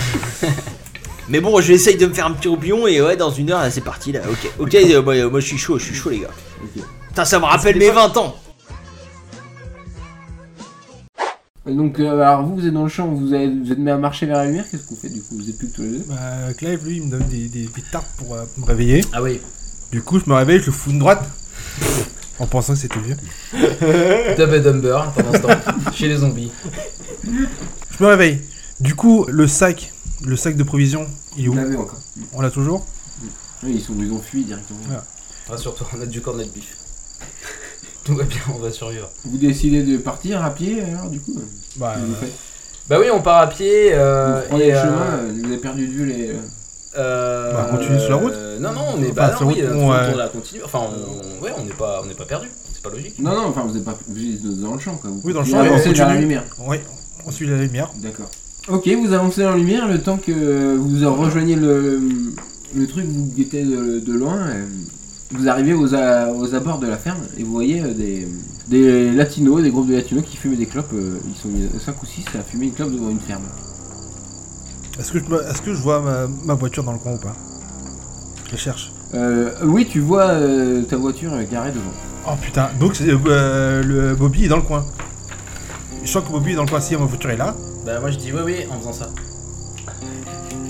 S5: Mais bon, j'essaye de me faire un petit ropion et ouais, dans une heure là, c'est parti là. Ok, ok, euh, bah, euh, moi je suis chaud, je suis chaud les gars.
S1: Ok.
S5: Putain, ça me rappelle mes 20 ans.
S1: Et donc, euh, alors vous, vous êtes dans le champ, vous, avez- vous êtes mis à marcher vers la lumière, qu'est-ce que vous faites du coup Vous êtes plus que tous les deux
S2: Bah, Clive, lui, il me donne des, des, des tartes pour, euh, pour me réveiller.
S4: ah oui.
S2: Du coup, je me réveille, je le fous une droite. en pensant que c'était vieux.
S4: Dub et Dumber pendant ce temps. Chez les zombies.
S2: Je me réveille. Du coup, le sac, le sac de provisions, il est
S1: Vous
S2: où
S1: l'avez encore.
S2: On l'a toujours
S1: Oui, ils, sont, ils ont fui directement.
S4: Rassure-toi, on a du cornet de bif. Tout va bien, on va survivre.
S1: Vous décidez de partir à pied alors du coup
S2: Bah,
S1: Vous,
S2: euh,
S1: faites- vous
S4: Bah oui, on part à pied. euh,
S1: prenez
S4: et,
S1: le
S4: euh,
S1: chemin, euh, vous avez perdu de vue les.
S4: euh,
S2: Bah, on continue sur la route
S4: euh, Non, non, on est
S2: Enfin,
S4: bah,
S2: sur
S4: non, oui,
S2: route,
S4: euh,
S2: on,
S4: on,
S2: euh,
S4: on la continue. Enfin, on- ouais, on n'est pas, on n'est pas perdu. C'est pas logique.
S1: Non, non, enfin vous n'êtes pas obligé de dans le champ quoi. Vous
S2: Oui, dans le
S1: continuez
S2: champ,
S1: à
S2: mais on
S1: avancer vers la
S2: continue.
S1: lumière.
S2: ouais, on suit la lumière.
S1: D'accord. Ok, vous avancez dans la lumière, le temps que vous en rejoignez le, le truc, vous guettez de, de loin, euh, vous arrivez aux, a- aux abords de la ferme et vous voyez euh, des, des latinos, des groupes de latinos qui fument des clopes, euh, ils sont 5 ou 6 à fumer une clope devant une ferme.
S2: Est-ce que, je me- est-ce que je vois ma, ma voiture dans le coin ou pas Je la cherche.
S1: Euh, oui, tu vois euh, ta voiture euh, garée devant.
S2: Oh putain, donc c'est- euh, le Bobby est dans le coin. Je crois que Bobby est dans le coin, si ma voiture est là.
S4: Bah moi je dis oui, oui, en faisant ça.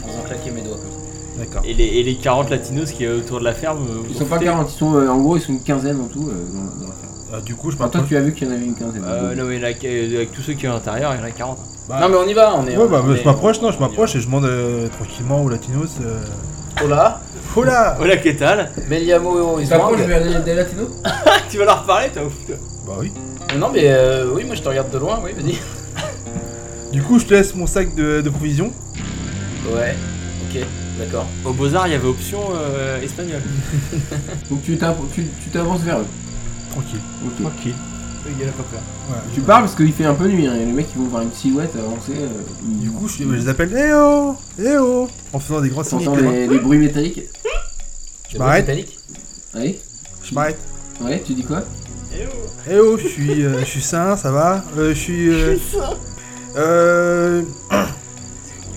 S4: En faisant claquer mes doigts comme ça.
S2: D'accord.
S5: Et les, et les 40 latinos qui est autour de la ferme. euh,
S1: Ils
S5: vous
S1: sont pas
S5: foutez
S1: 40, ils sont, euh, en gros ils sont une quinzaine en tout euh, dans, dans la ferme.
S2: Euh, du coup, je
S1: Enfin, toi
S2: m'approche.
S1: tu as vu qu'il y en avait une quinzaine.
S5: Euh, non mais la- euh, avec tous ceux qui sont à l'intérieur, il y en a 40.
S2: Bah,
S4: Non mais on y va, on est.
S2: ouais,
S4: on
S2: bah,
S4: est-
S2: je m'approche, non,
S4: on
S2: je
S4: y
S2: m'approche et je demande euh, tranquillement aux latinos. euh,
S4: va. Oh là,
S2: Oh là
S5: Hola, qu'est-ce que
S4: Meliamo is
S1: T'approches
S4: wrong.
S1: vers des- des latinos
S5: Tu vas leur parler, toi ouf, toi.
S2: Bah oui.
S4: Non mais euh, oui, moi je te regarde de loin, oui, vas-y.
S2: Du coup, je te laisse mon sac de, de provisions.
S4: Ouais, ok, d'accord.
S5: Au Beaux-Arts, il y avait option euh, espagnole.
S1: Donc tu t'appro- tu- tu t'avances vers eux.
S2: Tranquille.
S1: Ok.
S2: Tranquille.
S4: Il a pas peur.
S1: Tu parles parce qu'il fait un peu nuit, hein, et les mecs ils vont voir une silhouette avancer. euh, ils-
S2: Du coup, je, je les appelle Eh oh Eh oh En faisant des grands signes
S1: T'entends
S2: avec les mains.
S1: les, les bruits métalliques
S4: Je
S2: m'arrête.
S1: Oui
S2: Je m'arrête.
S1: Ouais, tu dis quoi
S2: Eh oh, je suis, euh, je suis sain, ça va Euh, Je suis. euh, Euh.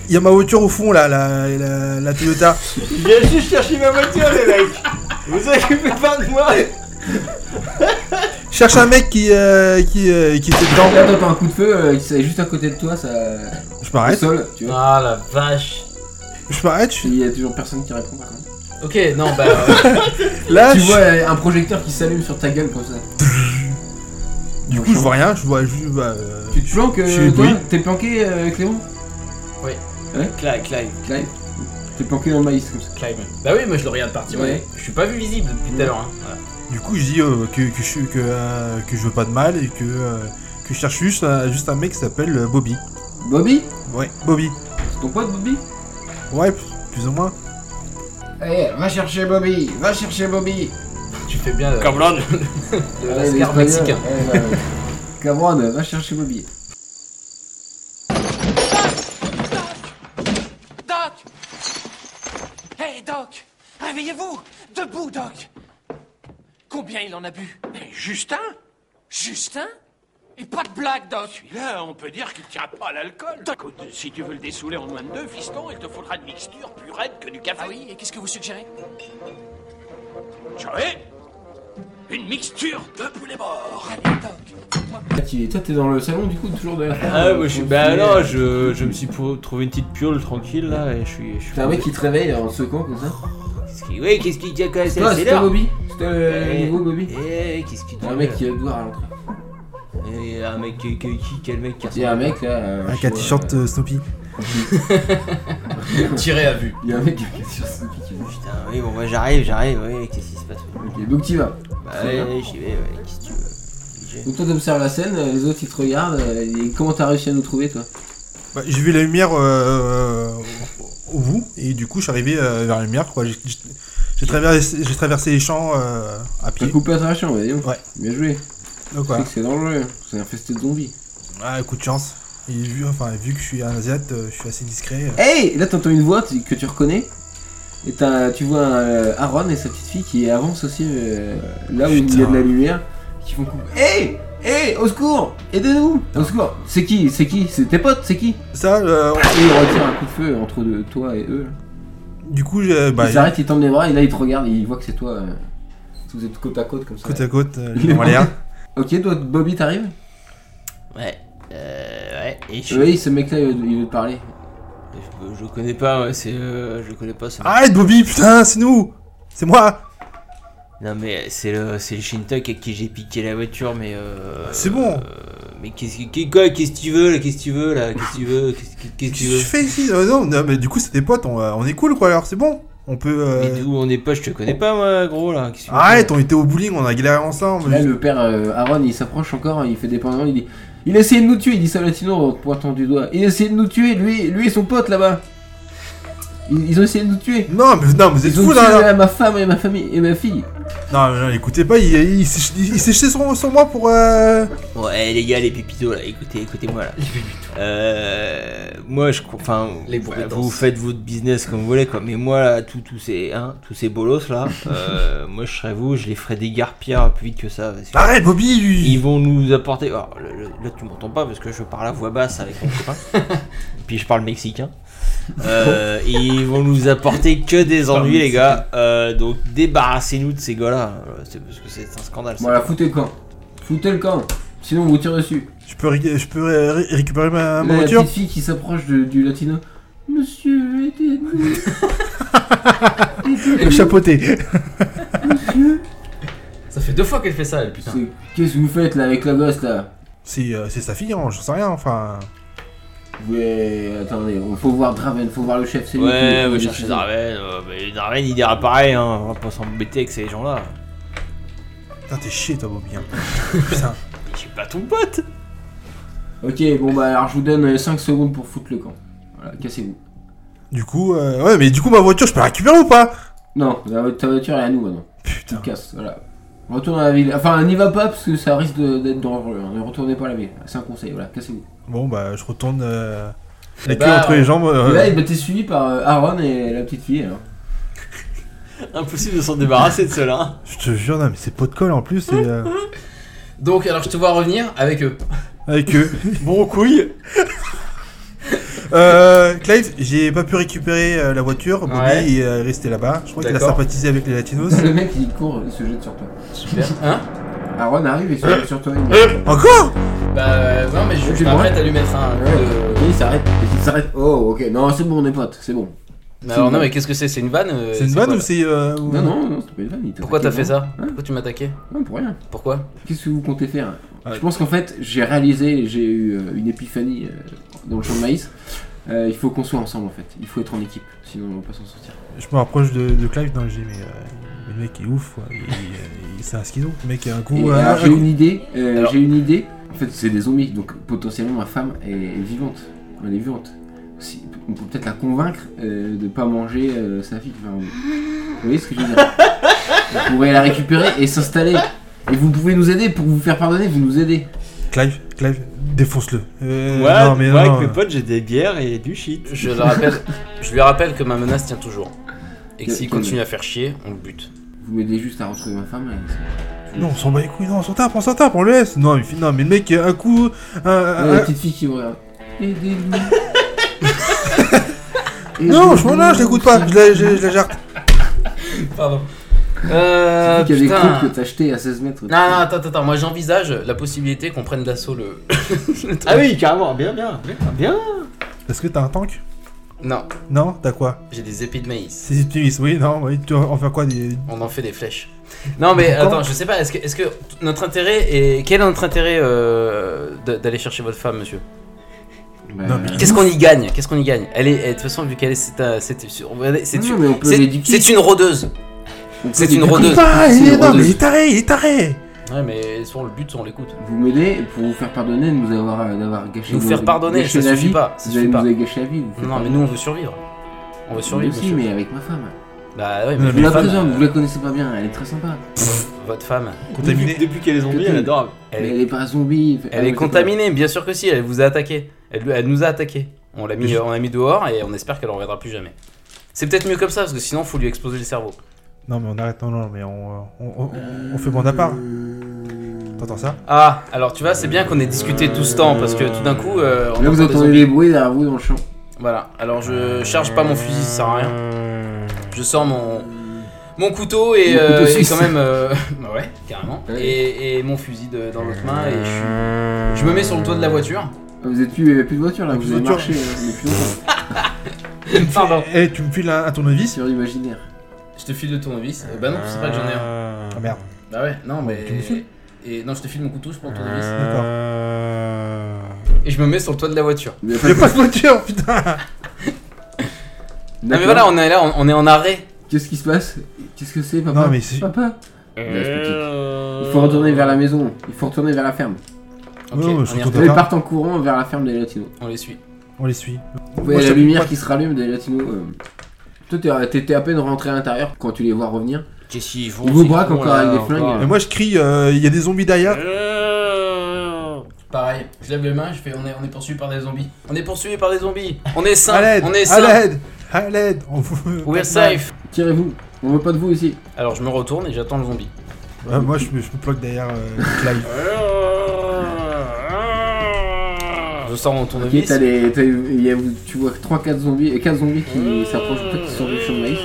S2: Il y a ma voiture au fond là, la, la, la Toyota.
S5: J'ai juste cherché ma voiture, les mecs Vous avez fait pas de moi
S2: Je Cherche un mec qui, euh, qui, euh, qui était dedans.
S1: Là, t'entends un coup de feu euh, qui est juste à côté de toi, ça.
S2: Je
S1: Au
S2: m'arrête.
S1: sol, tu vois.
S4: Ah la vache.
S2: Je m'arrête. je
S1: Il y a toujours personne qui répond par contre.
S4: Ok, non bah. euh,
S2: suis- Là,
S1: tu
S2: Ah, je-
S1: vois euh, un projecteur qui s'allume sur ta gueule comme ça.
S2: du coup, je vois rien. Je vois juste. bah, euh,
S1: Tu te planques, euh,
S2: Je suis
S1: toi
S2: ébloui.
S1: T'es planqué, euh, Clément
S5: Clac, clac.
S1: Clive T'es planqué dans le maïs comme ça.
S4: Clive. Bah oui, moi je le regarde partir.
S1: Ouais.
S4: Je suis pas vu visible depuis tout à l'heure. hein. Voilà.
S2: Du coup, je dis euh, que, que, je, que, euh, que je veux pas de mal et que, euh, que je cherche juste, un- juste un mec qui s'appelle euh, Bobby.
S1: Bobby
S2: Ouais, Bobby.
S1: C'est ton pote, Bobby
S2: Ouais, p- plus ou moins.
S1: Allez, Eh, va chercher Bobby Va chercher Bobby
S4: Tu fais bien. euh,
S5: Cameron
S4: le
S1: Ouais,
S4: Lascar
S1: Euh, l'espagnol.
S4: mexicain.
S1: Ouais, ouais, ouais. Cameron, va chercher Bobby.
S7: Doc Hey, Doc Réveillez-vous Debout, Doc Combien il en a bu
S11: Mais Justin
S7: Justin Et pas de blague, Doc
S11: Celui-là, on peut dire qu'il tient pas à l'alcool. Écoute, si tu veux le dessouler en moins de deux, fiston, il te faudra une mixture plus raide que du café.
S7: Ah oui, et qu'est-ce que vous suggérez
S11: Joey Une mixture de poulet mort
S1: Ah, Toi, t'es dans le salon du coup, toujours derrière. toi,
S5: Ah,
S1: euh,
S5: moi je suis.
S1: pour
S5: Bah
S1: filer,
S5: non,
S1: euh,
S5: je, je me suis pour- trouvé une petite piole tranquille là et je suis. je suis-
S1: T'as un mec qui te réveille en te secouant comme ça
S5: Qu'est-ce qu'il- Oui, qu'est-ce qu'il dit à quoi
S1: C'est toi, c'est toi, Bobby C'est toi euh, le
S5: Eh,
S1: nouveau Bobby
S5: Eh, qu'est-ce qu'il dit
S1: Un mec qui va te voir à l'entrée.
S5: Et Eh, un mec. qui- qui- qui- Quel mec qui
S1: Il y a un mec là. euh,
S2: Un
S1: je
S2: qui a
S1: vois,
S2: t-shirt euh, Snoopy.
S1: euh,
S4: Tiré à vue.
S1: Il y a un mec qui a un t-shirt Snoopy qui va.
S5: Putain, oui, bon, moi j'arrive, j'arrive, oui, qu'est-ce qui se passe
S1: Ok, donc t'y vas.
S5: Bah,
S1: Très
S5: ouais,
S1: bien.
S5: ouais, j'y vais, ouais, qu'est-ce que tu veux Obligé.
S1: Donc toi t'observes la scène, euh, les autres ils te regardent, euh, et comment t'as réussi à nous trouver toi
S2: Bah, j'ai vu la lumière euh, au au bout et du coup je suis arrivé euh, vers la lumière quoi. J'ai- J'ai j'ai traversé, j'ai traversé les champs euh, à
S1: T'as
S2: pied.
S1: coupé la transition, vas-y.
S2: Ouais.
S1: Bien joué.
S2: Donc
S1: Je sais
S2: voilà.
S1: que c'est dangereux, hein. c'est infesté de zombies.
S2: Ah, coup de chance. Et vu, enfin, vu que je suis un asiate, euh, je suis assez discret.
S1: Hey Là t'entends une voix tu- que tu reconnais. Et t'as- tu vois euh, Aaron et sa petite fille qui avancent aussi euh, là où il y a de la lumière. Qui font couper. Hey Hey Au secours Aidez-nous Au secours C'est qui C'est qui C'est tes potes C'est qui
S2: Ça, euh,
S1: Et ils retirent un coup de feu entre deux- toi et eux. là.
S2: du coup, j'ai- bah,
S1: ils s'arrêtent, ils tendent les bras et là ils te regardent et ils voient que c'est toi. euh, vous êtes côte à côte comme ça.
S2: côte à côte, euh, les mains en l'air.
S1: Ok, toi Bobby t'arrives
S5: Ouais, euh, ouais, et je.
S1: Oui, ce mec-là, il veut il veut te parler.
S5: Je, je connais pas, ouais, c'est. euh, je connais pas ça.
S2: Arrête, Bobby, putain, c'est nous C'est moi
S5: Non, mais euh, c'est le, c'est le Shintok à qui j'ai piqué la voiture, mais. Euh,
S2: C'est bon.
S5: euh, mais qu'est-ce que. qu'est- Quoi Qu'est-ce que tu veux là Qu'est-ce que tu veux là Qu'est-ce que tu veux Qu'est-ce que- qu'est-ce que tu
S2: Qu'est-ce que
S5: veux
S2: tu fais ici Euh, non, non, mais du coup, c'est des potes, on, euh, on est cool quoi, alors c'est bon. On peut. euh,
S5: Mais d'où on est pas Je te connais pas, moi, gros là. Qu'est-ce que tu veux
S2: Arrête, on était au bowling, on a galéré ensemble.
S1: Là, le père euh, Aaron, il s'approche encore, il fait des pendants, il dit Il a essayé de nous tuer, il dit ça au latino en pointant du doigt. Il a essayé de nous tuer, lui, lui et son pote là-bas. Ils, ils ont essayé de nous tuer.
S2: Non, mais non, mais vous êtes
S1: Ils ont
S2: fous
S1: tué
S2: là, là.
S1: euh, ma femme et ma famille et ma fille.
S2: Non, mais non, écoutez pas, il, il, s'est il- il s'est jeté sur, sur moi pour. Euh...
S5: Bon, eh, les gars, les pépitos, là, écoutez, écoutez-moi, là. Les pépitos. Euh, moi, je, crois- enfin,
S4: Les
S5: vous-
S4: compétences.
S5: vous faites votre business comme vous voulez, quoi. Mais moi, là, tous tous ces, hein, tous ces bolos, là, euh, moi, je serais vous, je les ferais dégarpir plus vite que ça. parce que
S2: Arrête, Bobby lui.
S5: Ils vont nous apporter. Alors, le- le- là, tu m'entends pas parce que je parle à voix basse avec mon copain. Puis je parle mexicain. Euh, ils vont nous apporter que des
S4: parle
S5: ennuis, les
S4: mexicain.
S5: gars. Euh, donc, débarrassez-nous de ces gars-là. Euh, C'est parce que c'est un scandale. ça.
S1: Voilà, foutez le camp. Foutez le camp. Sinon, on vous tire dessus.
S2: Je peux, ré- je peux ré- ré- récupérer ma,
S1: Là,
S2: Ah, ma
S1: la
S2: voiture
S1: petite fille qui s'approche de- du latino Monsieur, aidez-nous.
S2: Le chapeauté.
S1: Monsieur.
S4: Ça fait deux fois qu'elle fait ça, elle, putain.
S1: C'est- Qu'est-ce que vous faites là avec la gosse là
S2: C'est euh, c'est sa fille, hein, j'en sais rien, enfin.
S1: Ouais, attendez, on faut voir Draven, faut voir le chef, c'est lui.
S5: Ouais,
S1: qui-
S5: ouais,
S1: qui
S5: chercher
S1: décide.
S5: Darwin. euh, mais Darwin, il dira pareil, hein. on va pas s'embêter avec ces gens-là.
S2: Putain, t'es chier toi, Bobby. hein. Putain.
S5: Mais Je suis pas ton pote
S1: Ok, bon bah alors je vous donne 5 secondes pour foutre le camp. Voilà, cassez-vous.
S2: Du coup, euh, ouais, mais du coup, ma voiture, je peux la récupérer ou pas
S1: Non, la- ta voiture est à nous maintenant. Tu
S2: Putain.
S1: te casses, voilà. Retourne à la ville. Enfin, n'y va pas parce que ça risque de- d'être dangereux. hein. Ne retournez pas à la ville. C'est un conseil, voilà, cassez-vous.
S2: Bon, bah, je retourne euh, la
S4: Eh
S2: queue
S4: bah,
S2: entre les jambes. euh,
S1: Et là, eh ben, t'es suivi par euh, Aaron et la petite fille alors.
S5: Impossible de s'en débarrasser de cela. hein.
S2: Je te jure, non, mais c'est pot de colle en plus. Et, euh,
S4: Donc, alors, je te vois revenir avec eux.
S2: avec eux.
S4: Bon couille
S2: Euh, Clive, j'ai pas pu récupérer euh, la voiture. Bobby
S4: Ouais.
S2: est euh, resté là-bas. Je crois qu'il a
S4: D'accord.
S2: sympathisé avec les latinos.
S1: Le mec il court, il se jette sur toi.
S4: Super. Hein
S1: Aaron arrive et se jette sur toi.
S4: Euh.
S1: Il meurt.
S2: Encore
S4: Bah, euh, non, mais je, je
S1: C'est
S4: m'apprête à lui mettre un coup
S1: Ouais,
S4: de.
S1: ok, il s'arrête. Il s'arrête.
S4: Euh.
S1: Oh, ok, non, c'est bon, on est potes, c'est bon.
S4: Mais alors, non, mais qu'est-ce que c'est C'est une vanne euh,
S2: C'est une
S4: quoi,
S2: vanne ou
S4: là
S2: c'est. euh, ou-
S1: Non, non, non, c'était pas une vanne. il
S4: Pourquoi t'as
S1: t'attaquait
S4: fait
S1: vraiment.
S4: ça Pourquoi tu m'attaquais
S1: Non, pour rien.
S4: Pourquoi
S1: Qu'est-ce que vous comptez faire
S2: Ah
S1: Je
S2: ouais.
S1: pense qu'en fait, j'ai réalisé, j'ai eu euh, une épiphanie euh, dans le champ de maïs. Euh, il faut qu'on soit ensemble en fait. Il faut être en équipe, sinon on va pas s'en sortir.
S2: Je me rapproche de, de Clive. Non, j'ai mais, euh, mais le mec est ouf. quoi. Il- euh, il- il- C'est un schizo. Le mec, un
S1: Et,
S2: coup.
S1: alors,
S2: euh, un
S1: j'ai
S2: coup-
S1: une idée. euh,
S4: Alors-
S1: J'ai une idée. En fait, c'est des zombies, donc potentiellement ma femme est, est vivante. Elle est vivante. Si- on peut peut-être la convaincre euh, de pas manger euh, sa fille. Enfin, vous voyez ce que je veux dire On pourrait la récupérer et s'installer. Et vous pouvez nous aider pour vous faire pardonner. Vous nous aidez.
S2: Clive, Clive, défonce-le. Euh,
S5: Moi,
S2: non, mais
S5: moi,
S2: non.
S5: avec mes potes, j'ai des bières et du shit.
S4: je, le rappelle, je lui rappelle que ma menace tient toujours. Et que
S1: Que-
S4: s'il
S1: quelle-
S4: continue à faire chier, on le bute.
S1: Vous m'aidez juste à retrouver ma femme. et c'est-
S2: Non, on s'en bat les couilles, non, on s'en tape, on s'en tape, on le laisse. Non, mais, non, mais le mec, un coup. Un,
S1: Ouais,
S2: un-
S1: la petite fille qui voit. Aidez-nous.
S2: Non, je m'en lâche, je l'écoute pas, je la, je, je la jarte.
S4: Pardon.
S1: C'est
S4: Euh,
S1: qu'il y Ah, a des
S4: putain.
S1: croûtes que t'as achetées à 16 mètres.
S4: Non, non, attends, attends, attends, moi j'envisage la possibilité qu'on prenne d'assaut le. le
S5: Ah
S4: truc.
S5: oui, carrément, bien, bien, bien, bien.
S2: Est-ce que t'as un tank
S4: Non,
S2: Non, t'as quoi
S4: j'ai des épées de maïs.
S2: C'est optimiste, oui, non, oui, tu vas en faire quoi des...
S4: On en fait des flèches. Non mais
S2: Encore
S4: attends, je sais pas, est-ce que, est-ce que notre intérêt est... Quel est notre intérêt euh, de- d'aller chercher votre femme, monsieur
S2: Non, mais-
S4: Qu'est-ce qu'on y gagne Qu'est-ce qu'on y gagne Elle est, elle- de toute façon, vu qu'elle est, c'est un- c'est regardez, c'est
S1: Non,
S4: une-
S1: mais on peut
S4: c'est-
S1: l'éduquer.
S4: c'est une rôdeuse. C'est une
S1: l'éduquer.
S4: rôdeuse.
S2: Putain,
S4: C'est une
S2: il est non, mais
S4: rôdeuse.
S2: il est taré, il est taré
S4: Ouais, mais sur le but, on l'écoute.
S1: Vous m'aidez pour vous faire pardonner de nous avoir euh, d'avoir gâché
S4: Nous
S1: vos-
S4: faire pardonner,
S1: gâché
S4: ça
S1: la
S4: suffit
S1: vie.
S4: pas, ça
S1: Vous avez
S4: suffit
S1: nous
S4: pas.
S1: avez gâché la vie. vous faites
S4: Non, mais
S1: pardonner.
S4: nous, on veut survivre. On veut survivre,
S1: Moi aussi,
S4: monsieur.
S1: mais avec ma femme.
S4: Bah ouais,
S2: Non,
S4: mais
S1: Vous la
S4: votre femme,
S1: présente,
S4: euh,
S1: vous la connaissez pas bien, elle est très sympa.
S4: votre femme,
S2: Contaminé.
S5: Depuis qu'elle est zombie, elle adore.
S4: elle
S1: Mais
S4: est,
S1: elle est pas zombie.
S4: elle est contaminée, bien sûr que si, elle vous a attaqué. Elle, lui- elle nous a attaqué. On l'a mis,
S2: Mais je-
S4: euh, on l'a mis dehors et on espère qu'elle en reviendra plus jamais. C'est peut-être mieux comme ça, parce que sinon, faut lui exploser le cerveau.
S2: Non, mais on arrête, non, non, mais on, euh, on, on, on fait bande à part. T'entends ça
S4: Ah, alors tu vois, c'est bien qu'on ait discuté tout ce temps, parce que tout d'un coup, euh, on
S1: Là, vous
S4: entend des
S1: entendez les bruits derrière vous dans le champ.
S4: Voilà, alors je charge pas mon fusil, ça sert à rien. Je sors mon, mon couteau et,
S1: Mon
S4: euh,
S1: couteau
S4: et
S1: suisse.
S4: quand même. euh, bah ouais, carrément.
S1: Ouais.
S4: Et, et mon fusil de- dans l'autre main et je, suis- je me mets sur le toit de la voiture.
S1: Ah, Vous êtes plus, euh, plus de voiture là,
S2: Plus
S1: vous
S2: de
S1: avez
S2: voiture.
S1: marché, euh, mais plus longtemps.
S4: Pardon.
S2: Eh, tu me files un, un tournevis
S1: Sur l'imaginaire.
S4: Je te file le tournevis. Euh, bah non, c'est pas que j'en ai un.
S2: Ah merde,
S4: Bah ouais, non, mais.
S2: Tu me files
S4: Et non, je te file mon couteau, je prends le tournevis.
S2: d'accord.
S4: Et je me mets sur le toit de la voiture.
S1: Vous avez
S2: Y'a
S1: pas-
S2: pas de voiture, putain
S4: Non, Ah, mais voilà, on est là, on, on est en arrêt.
S1: Qu'est-ce qui se passe Qu'est-ce que c'est, papa
S2: Non, mais c'est.
S1: Papa Il faut retourner vers la maison, il faut retourner vers la ferme.
S4: Ok,
S2: Ouais, ouais,
S4: on,
S2: je suis
S1: Vous
S4: y
S2: content.
S4: retourne.
S1: allez
S2: D'accord.
S1: partent en courant vers la ferme des Latinos.
S4: on les suit.
S2: On les suit.
S1: Vous
S2: Moi,
S1: voyez
S2: je
S1: la
S2: t'appuie
S1: lumière
S2: pas.
S1: qui se rallume des Latinos. euh. Toi, t'es- euh, t'étais à peine rentré à l'intérieur quand tu les vois revenir.
S5: Qu'est-ce qu'ils font
S1: Ils vous
S5: ces
S1: braquent
S5: cons,
S1: encore
S5: là,
S1: avec des flingues.
S5: encore
S2: Et moi je crie, il y a des zombies derrière.
S5: Euh,
S4: Pareil, je lève les mains, je fais on est, on est poursuivi par des zombies. On est poursuivi par des zombies. On est
S2: À
S4: sain,
S2: l'aide
S4: on est
S2: À
S4: sain.
S2: l'aide À l'aide On vous-
S4: We're safe.
S1: Tirez-vous, on veut pas de vous ici.
S4: Alors je me retourne et j'attends le zombie.
S2: Ouais, Moi je me, je me bloque derrière euh, Clive.
S4: Je sors mon
S1: Ok,
S4: tournevis.
S1: t'as les- t'as- il y a- tu vois 3-4 zombies, et 4 zombies qui
S5: Ah.
S1: s'approchent, en fait, qui sont riches sur le maïs.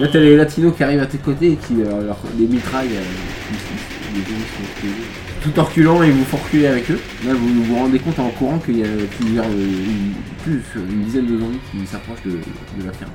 S1: Là, t'as les latinos qui arrivent à tes côtés et qui euh, leur, les mitraillent. euh, ils- ils- les zombies sont explosés. tout en reculant, ils vous font reculer avec eux. Là, vous vous rendez compte en courant qu'il y a plusieurs, euh, une- plus, une dizaine de zombies qui s'approchent de, de la ferme.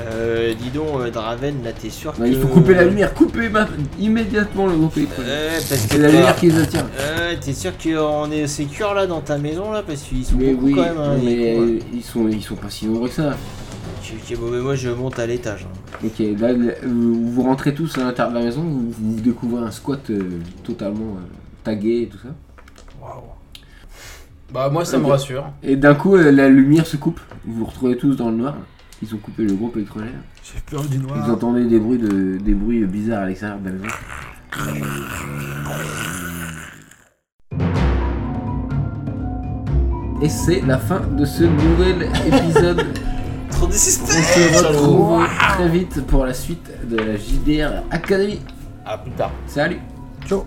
S5: Euh, dis donc, euh, Draven, là t'es sûr
S1: Là,
S5: que...
S1: Bah, il faut couper la lumière, couper ma- immédiatement le groupe électronique.
S5: Euh, parce que
S1: C'est la
S5: t'as-
S1: lumière qui les attire.
S5: Euh, t'es sûr qu'on est sécure là dans ta maison là parce qu'ils sont
S1: Mais
S5: beaucoup
S1: oui,
S5: quand même. Hein, les
S1: mais euh,
S5: cons, là.
S1: ils, sont, ils sont pas si nombreux que ça.
S5: Ok, ok, bon, mais moi je monte à l'étage. hein.
S1: Ok, là, le- euh, vous rentrez tous à l'intérieur de la maison, vous, vous découvrez un squat euh, totalement euh, tagué et tout ça.
S4: Bah moi ça me rassure.
S1: Et d'un coup, euh, la lumière se coupe, vous vous retrouvez tous dans le noir. Ils ont coupé le groupe électrogène.
S2: J'ai peur du
S1: Vous
S4: Ah.
S2: noir.
S1: entendez des bruits, de, des bruits bizarres à l'extérieur de la maison. Et c'est la fin de ce nouvel épisode.
S4: Trop
S1: On se retrouve très vite pour la suite de la JDR Academy.
S4: À plus tard.
S1: Salut
S2: Ciao